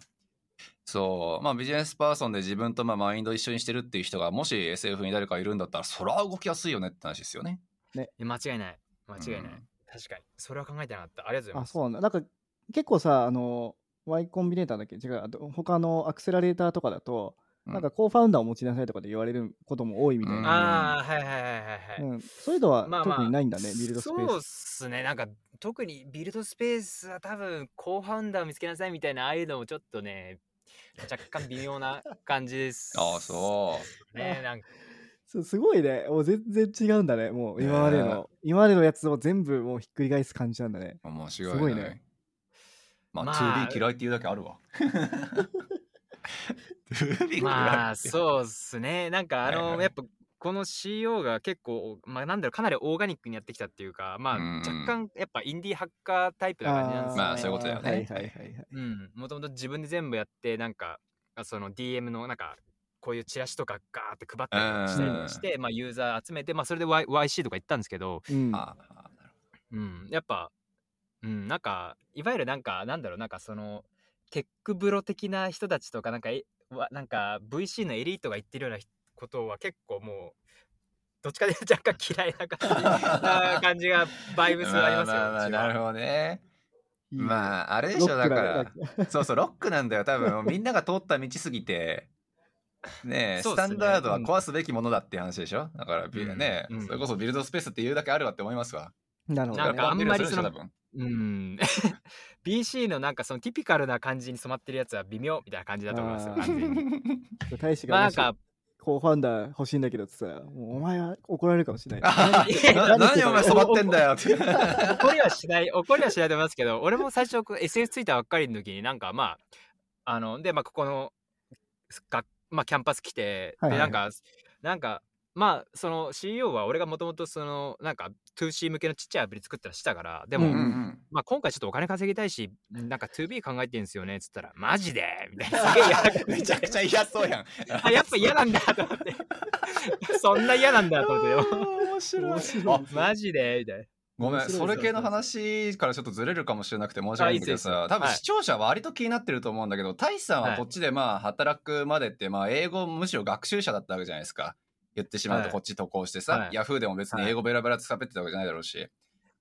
C: そうまあビジネスパーソンで自分とまあマインド一緒にしてるっていう人がもし SF に誰かいるんだったらそら動きやすいよねって話ですよね。
D: え間違いない間違いない、
C: うん
D: 確かにそれは考えてなかったありがとうござい
B: あ
D: ます
B: そうなんだなんか結構さあの Y コンビネーターだっけ違うあと他のアクセラレーターとかだと、
C: うん
B: なんかコーファウンダーを持ちなさいとかで言われることも多いみたい
C: うん
B: な、
D: ああはいはいはいはいはい、
B: うんそういうのは
D: まあまあ
B: 特にないんだね、ビルドスペ
D: そう
B: ー
D: っ
B: ス
D: すねなんか特にビルドスペースは多分コーファウンダー見つけなさいみたいなああいうのもちょっとね若干微妙な感じです
C: [LAUGHS] ああそう
D: ねなんか
B: そうすごいねもう全然違うんだねもう今までの、
C: ねえ
B: 今までのやつを全部もうひっくり返す感じなんだね
C: う面白いね。
B: すごいね
C: まあ、
D: まあ
C: 2B 嫌いっていうだけあるわ。2B 嫌い、
D: まあそうっすねなんかあの、
C: はいはい
D: やっぱこの CEO が結構、まあ、なんだろうかなりオーガニックにやってきたっていうかまあ
C: うん
D: 若干やっぱインディーハッカータイプな感じなんですよね
C: まあそういうことだよね
B: はいはいはいはい
D: うん、もともと自分で全部やってなんかあその DM のなんかこういうチラシとかガーって配ったりした
C: うん
D: りして、まあ、ユーザー集めて、まあ、それで Y- YC とか行ったんですけど、
B: うん
C: ああ
D: うん、やっぱ、うん、なんかいわゆるなんかなんだろうなんかそのテックブロ的な人たちとかなんかえわなんか VC のエリートが言ってるようなひことは結構もうどっちかというと若干嫌い
C: [LAUGHS]
D: な感じな感じがバイブスありますよ
C: まあまあまあ
D: うちは
C: なるほどね。
B: いいね
C: まあ、あれでしょ、
B: ロ
C: だ
B: ック
C: か
B: だね
C: ら。そうそう、ロックなんだよ、多分。
D: [LAUGHS]
C: もうみんなが通った道すぎて、ねえ、
D: そう
C: ス
D: っす
C: タン
D: ね
C: ダードは壊すべきものだって話でしょ。だから、ビ
D: うん
C: ねえ
D: うん
C: それこそビルドスペースって言うだけあるわって思いますわ。
B: [LAUGHS] なるほど、
D: なん
B: ね、
D: かあんまりその
C: だからビルドするでしょ多分
D: うん [LAUGHS] BC のなんかそのティピカルな感じに染まってるやつは微妙みたいな感じだと思いますよ
B: あー [LAUGHS]
D: 完全に
B: 大使
D: まあ
B: がも
D: なん
B: し
D: か
B: コーファウンダー欲しいんだけどって言ったらもうお前は怒られるかもしれない
C: あ
D: [LAUGHS] いや
C: な [LAUGHS] 何お前染まってんだよって。
D: 怒りはしない怒りはしないと思いますけど俺も最初こう SF ついたばっかりの時になんかまああのでまあここのが、まあ、キャンパス来て、
B: はいはいはい
D: でなんかなんかまあその CEO は俺がもともとそのなんか 2C 向けのちっちゃいアプリ作ったらしたから [LAUGHS] でも、
B: う
C: うん
B: ん
C: うん
D: まあ、今回ちょっとお金稼ぎたいしなんか 2B 考えてるんですよねっつったらマジでみたいなすげえ嫌な感じで
C: めちゃくちゃ嫌そうやん。
D: あやっぱ嫌なんだと思って [LAUGHS] そんな嫌なんだと
C: [LAUGHS]
D: 思ってよ
C: 面白
B: 面
C: い。
B: 白い
D: マジでみたいな
C: ごめん、
B: 面白い
C: それ系の話からちょっとずれるかもしれなくて申し訳ないんだけどさ、多分
D: はい
C: 視聴者は割と気になってると思うんだけど、タイさんはこっちでまあ働くまでって、まあ英語むしろ学習者だったわけじゃないですか。言ってしまう
D: は
C: と
D: い
C: こっち渡航してさ、
D: はい
C: Yahoo でも別に英語ベラベラ使ってたわけじゃないだろうし。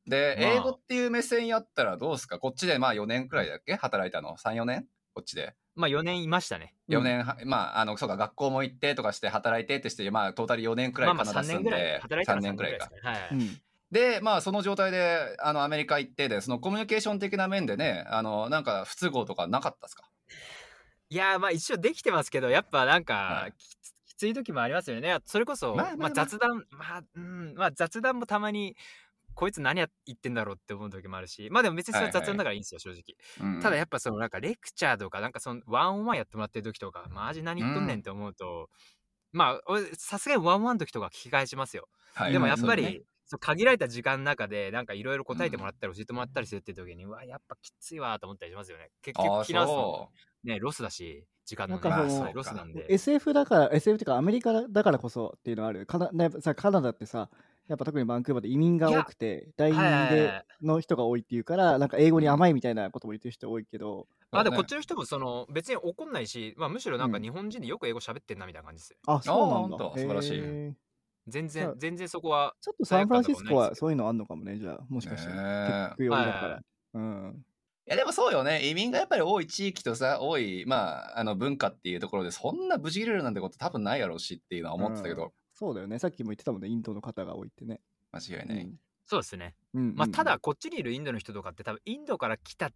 C: で、
D: まあ
C: 英語っていう目線やったらどうすかこっちでまあ4年くらいだっけ働いたの ?3、4年こっちで。
D: まあ4年いましたね
C: 4年は、まあ、あの、そうか、学校も行ってとかして働いてってして、まあ、トータル4年くら
D: まあ
C: い
D: ま
C: カナ
D: あ
C: ダ
D: 3
C: 住ん
D: 年ぐらい
C: で、
D: 働いて
C: 3
D: た
C: 年くらいか。
D: ですねはい、
B: うん
C: で、まあ、その状態で、あの、アメリカ行ってで、そのコミュニケーション的な面でね、あの、なんか、不都合とかなかったですか
D: いやーまあ一応できてますけどやっぱな
C: は
D: んか
C: い
D: きつきつい時もありますよねそれこそ、
C: まあま
D: ま
C: あ
D: あ
C: まあ
D: 雑談まあ、うんまあ、雑談もたまにこいつ何や言ってんだろうって思う時もあるしまあでも別にそれは雑談だからいいんですよ、正直ただやっぱそのなんかレクチャーとかなんかそのワンオンワンやってもらってる時とかマジ何言っとんねんって思うと、まあ俺さすがにワンオンワンの時とか聞き返しますよ
C: ぱ
D: でもやっぱり、
B: そ
D: そうう限られた時間の中でなんかいろいろ答えてもらったり教えてもらったりするって時に、うわやっぱきついわと思ったりしますよね結
C: あ
D: 局
C: あ、
D: 聞き直すの
C: そ
D: ねロスだし時間の、ね
B: なんか
D: まあ
B: その
D: はいロスなんで
B: SF だから SF っていうかアメリカだからこそっていうのはあるカナねさカナダってさやっぱ特にバンクーバーで移民が多くて第
D: はいは
B: 二
D: いはい
B: での人が多いっていうからなんか英語に甘いみたいなことも言ってる人多いけど
C: う。
D: まあでもこっ
C: ち。
D: ちの人もその別に怒んないし、まあ、むしろなん
B: う
D: か
B: ん
D: 日本人でよく英語喋ってんなみたいな感じですよ、
B: あそうなんだ
C: ほんと素晴らしい
B: へー
D: 全
B: そ
D: 然
B: う
D: 全然そこは
B: ちょっとサンフランシスコ
D: 罪悪感とか
B: は
D: ないですけど
B: そういうのあんのかもねじゃあもしかして
C: ねえ
B: 寄りだか
D: はいはいは
B: らうん
C: いや、でもそうよね。移民がやっぱり多い地域とさ、多い、まあ、あの、文化っていうところで、そんな無事切れるなんてこと多分ないやろうしっていうのは思ってたけど、
B: そうだよねさっきも言ってたもんねインドの方が多いってね
C: 間違いない。
D: そうですね
B: うん
D: まあ
B: うん
D: ただこっちにいるインドの人とかって多分インドから来た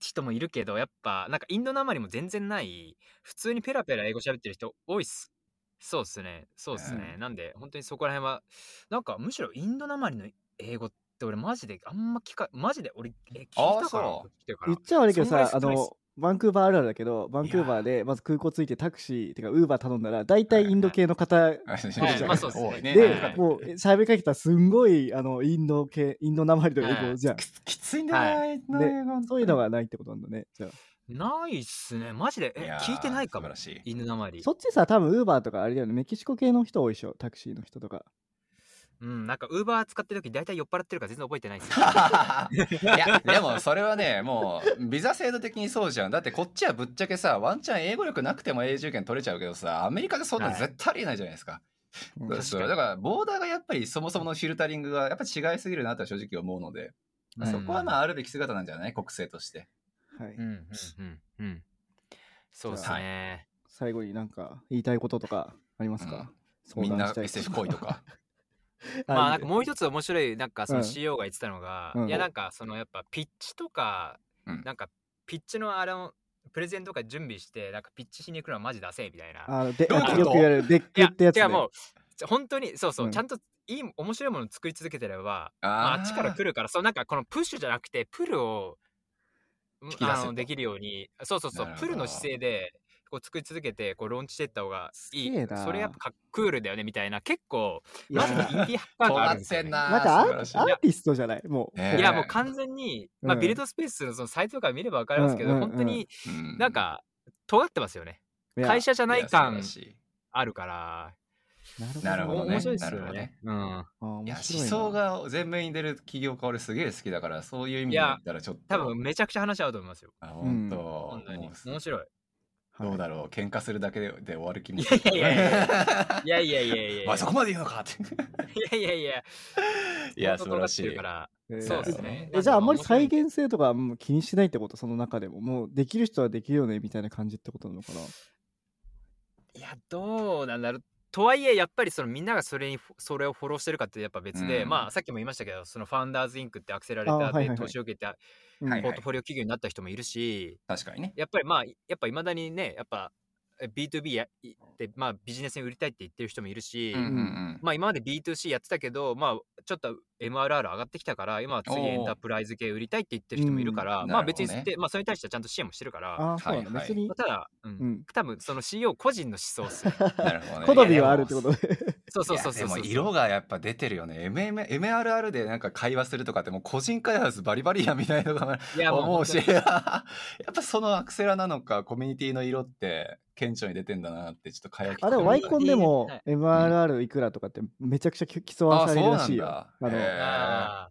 D: 人もいるけどやっぱなんかインドなまりも全然ない普通にペラペラ英語喋ってる人多いっすそうっすねそうっすね、
C: う
D: なんで本当にそこら辺はなんかむしろインドなまりの英語って俺マジであんま聞かマジで俺え聞い
C: あー
D: たから
C: そう
D: こっち来てから
B: 言っちゃ悪いけど
D: そんぐら
B: さ
D: い、少
B: あ
D: ないっす
B: の、バンクーバーあるあるだけど、バンクーバーでまず空港着いてタクシー、てかウーバー頼んだら、大体インド系の方で、
D: はいまあそうですね
C: 多いね。
D: はいはい
B: もうえ喋りかけたらすんごい、あの、インド系、インドなまりの英語じゃん。
C: [LAUGHS] きついんだよな、
D: は
C: あいつの英語
B: そういうのがないってことなんだね。じゃあ。
D: ないっすね。マジで。え、
C: やー
D: 聞いてないか
C: 素晴
D: も
C: ら。しい。
D: 犬なまり。
B: そっちさ、多分ウーバーとかあれだよね、メキシコ系の人多いでしょ、タクシーの人とか。
D: うん、なんか、ウーバー使ってる時大体酔っ払ってるから全然覚えて
C: [LAUGHS]
D: ないっすよ
C: いやでもそれはねもうビザ制度的にそうじゃんだってこっちはぶっちゃけさワンチャン英語力なくても永住権取れちゃうけどさアメリカでそんなの絶対ありえないじゃないですか、
B: うん
C: そうそう
D: 確かに
C: だからボーダーがやっぱりそもそものフィルタリングがやっぱ違いすぎるなとは正直思うので、
D: うん
C: そこはまああるべき姿なんじゃない国政として
B: はい、
D: うん、うん、うん、うん。そうっすね。
B: 最後になんか言いたいこととかありますか、
C: みんな
B: 相談したい
C: SF
B: こ
C: 恋とか
B: と
D: まあ、
B: [LAUGHS] は
D: ないんかもう一つ面白い、なんか、そうの
B: ん
D: CO が言ってたのが、
B: うん
D: いや、なんか、そのやっぱ、ピッチとか、
C: うん
D: なんか、ピッチのあれを、プレゼントとか準備して、なんか、ピッチしに行くのはマジダセえみたいな。
B: あで
C: どういうこと
B: よく言われるデッ
D: い
B: キ
D: や、
B: ってやつ、ね、
D: 違うもうちょ本当にそうそう、
B: うん
D: ちゃんといい面白いものを作り続けてれば
C: あー
D: [LAUGHS] まあ、あっちから来るからそうなんかこのプッシュじゃなくてプルをうん
C: 引き出せ
D: あ
C: と
D: のできるようにそうそうそう
C: なるほど
D: プルの姿勢でこう作り続けてこうローンチしてった方がいい
B: すげえな
D: それやっぱかっクールだよねみたいな結構
B: いや
D: マジでインディーハッカーがあ
C: 尖
D: るん
C: っ
D: ですよ、
C: て
D: ね
C: ん、な
B: なんかア
C: 素
B: ー
C: 晴
B: ア
C: らしい
B: ーティストじゃないもう、
C: ねえ
D: いやもう完全に、まあ、
B: うん
D: ビルドスペースのそのサイトとか見れば分かりますけど、
B: うんうんうん
D: 本当に
C: うん
D: なんか尖ってますよね、
B: いや
D: 会社じゃ
C: いや
D: ない
C: 素晴
D: 感
C: らしい
D: あるから
C: なるほどね
D: 面白いです
C: なるほ
D: よ
C: どね
D: ね。うん
B: あ面
C: いや思
B: 白な
C: 想が前面に出る起業家俺すげえ好きだからそういう意味で言ったらちょっと
D: 多分めちゃくちゃ話合うと思いますよ。
C: あ本当
D: 本、当に
C: もう
D: 面白い。
B: はい
C: どうだろう喧嘩するだけで終わる気も
D: いやいやいやいや
C: や [LAUGHS]
D: いやいやいやいやい
C: ま
D: や
C: あそこまで言うのかっ
D: [LAUGHS]
C: て
D: いやいやいや。
C: いや
D: 本
C: 素晴
D: 当尖
C: ら
D: っ
C: してい
D: るから
B: えー
D: そう
C: です
D: ね
B: えじゃああんまり
D: 面白
B: 再
D: い
B: 現性とかもう気にしないってことその中でももうできる人はできるよねみたいな感じってことなのかない
D: やどうなんだろう。とはいえやっぱりそのみんながそれにそれをフォローしてるかってやっぱ別で、
C: うん
D: まあさっきも言いましたけどそのファウンダーズインクってアクセラレータ
B: あはいはい
D: ー
B: は
D: で
B: い
D: 投資を受けて
B: うん
C: はい
D: ポートフォリオ企業になった人もいるし、
C: 確かにね
D: やっぱりまあやっぱいまだにねやっぱえ B2B やいってまあビジネスに売りたいって言ってる人もいるし、
C: うんうんうん
D: まあ今まで B2C やってたけど、まあちょっと MRR 上がってきたから、今は
C: お
D: 次
C: ー
D: エンタープライズ系売りたいって言ってる人もいるから、
C: うん
D: まあ
C: なるほ
D: 別
C: ど
D: に
C: ね
D: 言って、まあそれに対してはちゃんと支援もしてるから、
B: ああそうなんだ、
C: はいはい
B: 別に
D: まあ、ただ、うん
B: うん
D: 多分その CEO 個人の思
C: [LAUGHS]
D: 想っすよね
C: なるほどね
B: 好みはあるってことで
D: そうそうそ
C: い
D: うそ
C: や
D: うそ
C: で
D: う。
C: も色がやっぱ出てるよね MM MRR でなんか会話するとかってもう個人開発バリバリやみたいなのが
D: いやもう
C: 思うし [LAUGHS]
D: 本
C: やっぱそのアクセラなのかコミュニティの色って顕著に出てんだなってちょっと会話聞いて
B: あでもワイコンでも
D: はい
B: MRR いくらとかってめちゃくちゃ競わされるらしいよ
C: あ
B: あ
C: そうなんだへ
B: の
C: え
D: あ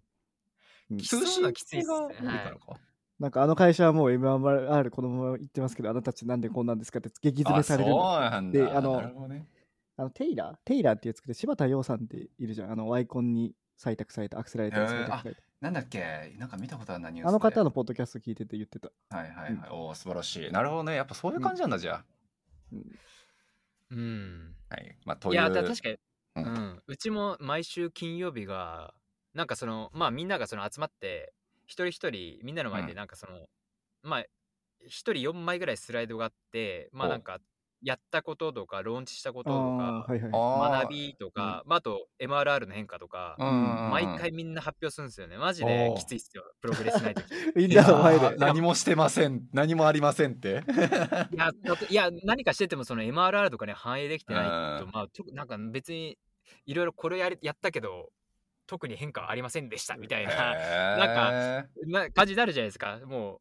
B: うん
D: ー通信がきついっすね
C: 通信が多いからか
B: なんかあの会社はもう MRR このまま言ってますけどあなたたちなんでこんなんですかって激詰め
C: あ
B: さ
C: そう
B: れるんだ
C: なんだ
B: であの
C: なるほどね
B: あのテイラーテイラーっていうやつで柴田洋さんっているじゃんあのワイコンに採択されたアクセラレーターに採択された、
C: なんだっけなんか見たことあるなニュース
B: あの方
C: の
B: のポッドキャスト聞いてて言ってた
C: はいはいはいおー素晴らしいなるほどねやっぱそういう感じなんだじゃ
D: うん。
C: あはいまあと
D: い
C: いう
D: や、だ確かに、
C: う
D: うんん。うちも毎週金曜日が、なんかその、まあみんながその集まって、一人一人、みんなの前
C: う
D: で
C: ん
D: なんかその、まあ、一人4枚ぐらいスライドがあって、まあ
C: お
D: なんか、やったこととか、ローンチしたことと
B: あ
D: か
B: あ、はいはい
C: あー
D: 学びとか、まああと MRR の変化とか、
C: うんうんうん
D: 毎回みんな発表するんですよね。マジで
C: おー
D: きついっすよ、プログレスないとき。
B: [LAUGHS] みんなの前
C: いや
B: で
C: ー何もしてません何もありませんって
D: いやだといや何かしててもその MRR とかね反映できてないと
C: うん
D: まあちょなんか別にいろいろこれやりやったけど特に変化はありませんでしたみたいな
C: なか
D: [LAUGHS] な感じになるじゃないですかもう、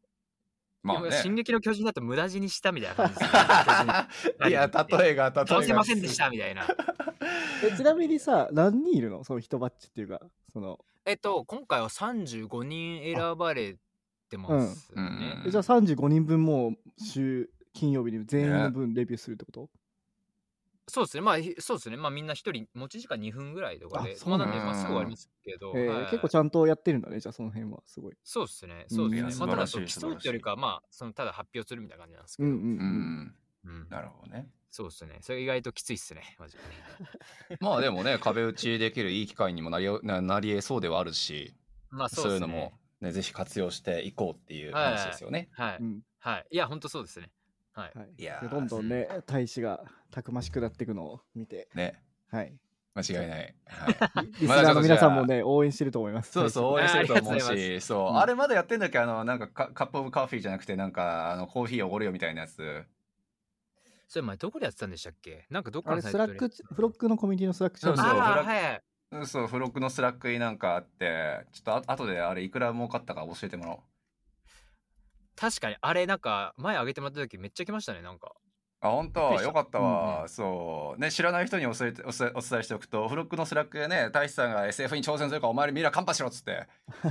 C: まあ
D: で
C: [LAUGHS]
D: も進
C: ね
D: 撃の巨人だと無駄死にしたみたいな感じですよ
C: [LAUGHS] いや例えが例えが
D: 倒せませんでしたみ
C: [LAUGHS]
D: たいな
B: えちなみにさ何人いるのその人バッチっていうかその
D: えっと今回は35人選ばれてます
C: う
D: ね、
C: ん
B: えじゃあ35人分もう週金曜日に全員の分レビューするってこと、
D: そうですねまあひそうですねまあみんな一人持ち時間2分ぐらいとかで
B: あそうなん
D: ま
B: だ
D: あなんでまあすぐ終わりますけど、
B: えー
D: はい
B: 結構ちゃんとやってるんだねじゃあその辺はすごい
D: そうですね。
B: うん
D: そうで
B: い
D: す
B: や
D: ね。
B: 素
D: まあ、た
C: 晴ら
D: だ
C: しい
D: そう競うってよりかは、まあ、そのただ発表するみたいな感じなんですけ
B: うんう
D: ど。
C: う
B: んうん
C: ん
D: うん
C: なるほどね
D: そうですね。それ意外ときついっすね。マ [LAUGHS] ジで。
C: [LAUGHS] まあでもね壁打ちできるいい機会にもなりななりえそうではあるし
D: まあ、そう
C: そう
D: で
C: い
D: す
C: う
D: ね。
C: のも、ね、ぜひ活用していこうっていう
D: はい
C: 話ですよね。
D: はい。
B: うん
D: はい。いや、ほんとそうですね。はい。
B: はい
C: いやー
B: でどんどんね大使がたくましくなっていくのを見て
C: ね、
B: はい
C: 間違いない。はい、
B: リリスナーの皆さんもね応援してると思います
C: [LAUGHS] そうそう、応
D: あ
C: 援
D: り
C: して
D: が
C: る
D: と
C: と
D: うご
C: 思
D: ざ
C: う
D: います
C: し、そう、
B: うん
C: あれまだやってんだっけ、あの、なんかカ、カップオブカーフィーじゃなくて、なんか、あの、コーヒーおごるよみたいなやつ。
D: それ前、どこでやってたんでしたっけなんかどっか
B: あ
D: の
B: れ
D: サイ
B: ス
D: ト
B: ラ
D: で
B: ックフロックのコミュニティのスラックチャンネ
C: そう
B: ル
D: ああ、
C: フラ
D: はい。
C: うんそう、付録のスラックになんかあって、ちょっとあ、後であれ、いくら儲かったか教えてもらおう。
D: 確かにあれなんか前上げてもらった時めっちゃ来ましたねなんか
C: あ本
D: びっくり
C: 当
D: した
C: よかったわ、
D: うんう
C: そうね知らない人にお伝えお伝えお伝えしておくとフロックのスラックでね大志さんが SF に挑戦するからお前らミラーカンパしろっつって
D: [LAUGHS]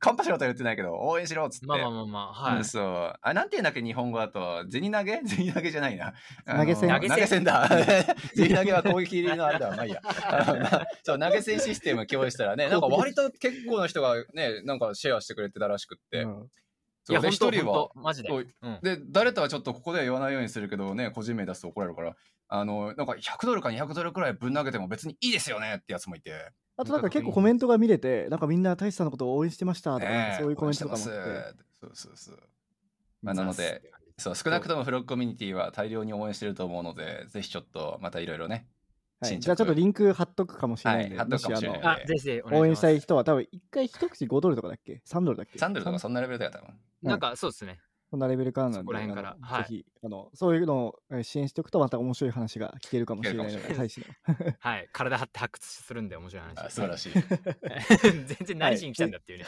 C: カンパしろとは言ってないけど応援しろっつって
D: まあまあまあまあはい、
C: そうあなんていうんだっけ日本語だと銭投げ [LAUGHS] 銭投げじゃないなあの
B: 投げ銭
C: 投げ銭だ [LAUGHS] 銭投げは攻撃のあれだまあいいやあ [LAUGHS] のまあそう投げ銭システム共有したらねなんか割と結構な人がねなんかシェアしてくれてたらしくって、
B: うん
C: そうで
D: 本当
C: 一人は
D: 本当マジで、
C: そう
D: うん
C: で誰とはちょっとここでは言わないようにするけどね個人名出すと怒られるからあのなんか100ドルか200ドルくらいぶん投げても別にいいですよねってやつもいて
B: あとなんか結構
D: うん
B: コメントが見れて、なんかみんな大志さんのことを応援してましたとか、
C: ねえ
B: そういうコメントと
C: 応
B: か
C: 援
B: も
C: して
B: あって。
C: ますそうそうそうまあなのでそう少なく
D: も
C: ともフロックコミュニティは大量に応援してると思うのでぜひちょっとまたいろいろね
B: は
C: 進
B: い、
C: 捗
B: じゃあちょっとリンク貼っとくかもしれないんで、
C: はい貼っとくかもしれない
B: し
C: は
B: あ
D: あぜひぜひお願いしま
B: の
D: す
B: 応援したい人は多分一回一口5ドルとかだっけ ?3 ドルだっけ
C: 3ドルとか
B: そ
C: そんなレベルだよ多分
D: なんかそうですね
B: んなレベルからなん
D: そ
B: で、
D: こら辺から
B: あの
D: はい
B: ぜひあの、そういうのをえー支援しておくとまた面白い話が聞けるかもしれないの
C: 聞け
B: で、
C: る
B: 大志の。
D: はい体張って発掘するんで面白い話
C: あ素晴ら
D: い
C: しい
D: [LAUGHS] 全然何しに来たんだっていうね、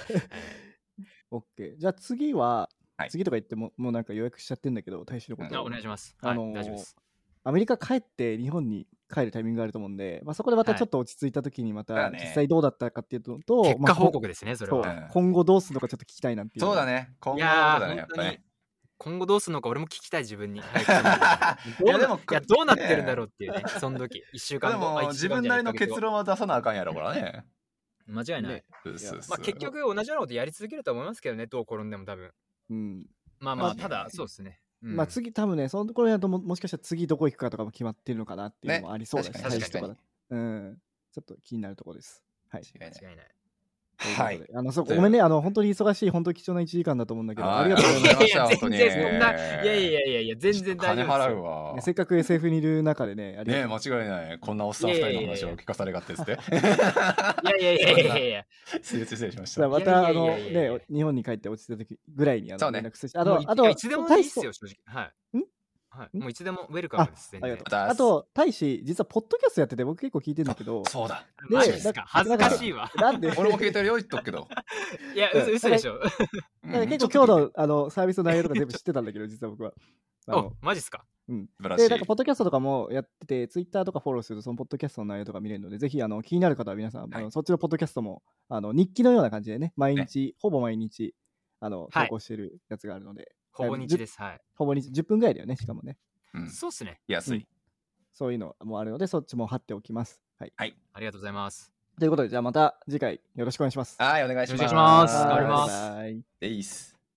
B: OK。じゃあ次は、
C: はい
B: 次とか言っても、もうなんか予約しちゃってんだけど、大志のこ
C: うん
D: あ
B: と
D: お。願いします、
B: あのー
D: はい大丈夫です
B: アメリカ帰って日本に帰るタイミングがあると思うんで、まあ、そこでまた
D: はい
B: ちょっと落ち着いた時にま
C: だ
B: た
C: ね
B: 実際どうだったかっていうのと、
D: 結
B: まあ
D: 果報告ですねそれ
B: そう
D: は、
C: うん
B: 今後どうするのかちょっと聞きたいなっていう。
C: そうだ。ね今後
D: い
C: の
D: や
C: ことだ
D: ー、
C: ねやっ
D: 本当
C: ぱ
D: に
C: ね
D: 今後どうするのか俺も聞きたい自分に
C: いや
D: どう
C: で
D: な
C: も
D: いやどうなってるんだろうっていうねその時1週間
C: で
D: 後ま
C: も
D: あ一
C: 自
D: 週間
C: 分
D: じ
C: な
D: ゃい
C: りの結論は出さなあかんやろからね
D: 間違いない、
B: ね
C: そうそうそう
D: まあ、結局同じようなことやり続けると思いますけどねどう転んでも多分
B: うん。
D: まあま
B: ま
D: あ
B: あ
D: ただそうですね、うん
B: まあ次多分ね、そのところやとももしかしたら次どこ行くかとかも決まってるのかなっていうのもありそうだし、
D: 確か
B: 大
D: に
B: 使とかだ
C: 確
B: うん。ちょっと気になるところです。はい。
C: 違いない
D: 間違いない
C: はい
B: とうことで。あの、そう
C: という
B: ごめんね、あの、本当に忙しい、本当に貴重な1時間だと思うんだけど、
C: はい
B: ありがとうござい
D: い
B: ま
D: や
B: す。
D: いや
C: 本当
D: 全
C: に
D: 然そんないやいやいやいや全然大丈
C: 金
D: 夫です
C: 払
D: よ
C: うわ
B: ねせっかく SF にいる中でね、あ
C: ね
B: りがと
C: え
B: うござ
C: 間
B: い
C: 違いないこんなおっさん二人の話を聞かされがってっつって
D: いやいやいやいやいや
C: 失礼失礼しまし
B: ます。じゃあ
C: た
B: また、あ
D: いやいやいや
B: の、
D: いやいや
B: ね、日本に帰って落ちた時ぐらいに、あ
C: そ
B: の、
C: うね
B: 連絡してほしいあと、あ
D: もう
B: と、
D: いつでもいいっす
B: 大使
D: よ正直はい
B: ん
D: はい
B: ん
D: もういつでもウェルカムです全
B: あり
D: 然
B: がとう。
C: 然
B: あと、大使、実はポッドキャストやってて、僕結構聞いてんだけど、
C: そうだ
B: で
D: マジですか
B: だ
D: 恥ずかしいわ
B: なんで、
C: 俺も聞いてるよ言っとくけ
B: [LAUGHS]
C: ど、
D: いや嘘嘘でし
C: う
D: ょ
C: ん
B: だから結構今日のあのサービスの内容とか全部知ってたんだけ
D: [LAUGHS]
B: ど、実は僕は。あ
D: お
B: の
D: マジっすか
C: 素晴らし
B: で、
C: い
B: なんか、ポッドキャストとかもやってて、ツイッターとかフォローすると、そのポッドキャストの内容とか見れるので、ぜひ、あの、気になる方は皆さん、あ
C: は
B: のそっちのポッドキャストも、あの、日記のような感じでね、毎日、ほぼ毎日、あの、
D: はい
B: 投稿してるやつがあるので、
D: ほぼ日ですはい
B: ほぼ日、10分ぐらいだよね、しかもね。
C: うん
D: そうっすね
C: 安
B: うん
C: い
B: そういうのもあるので、そっちも貼っておきます。はい。
D: ありがとうございます
B: ということで、じゃあまた次回よろしくお願いします。
C: はいお願いします
D: お願いします
B: は
D: 頑
B: い
D: 張ります
B: バイバイ
C: でいいっす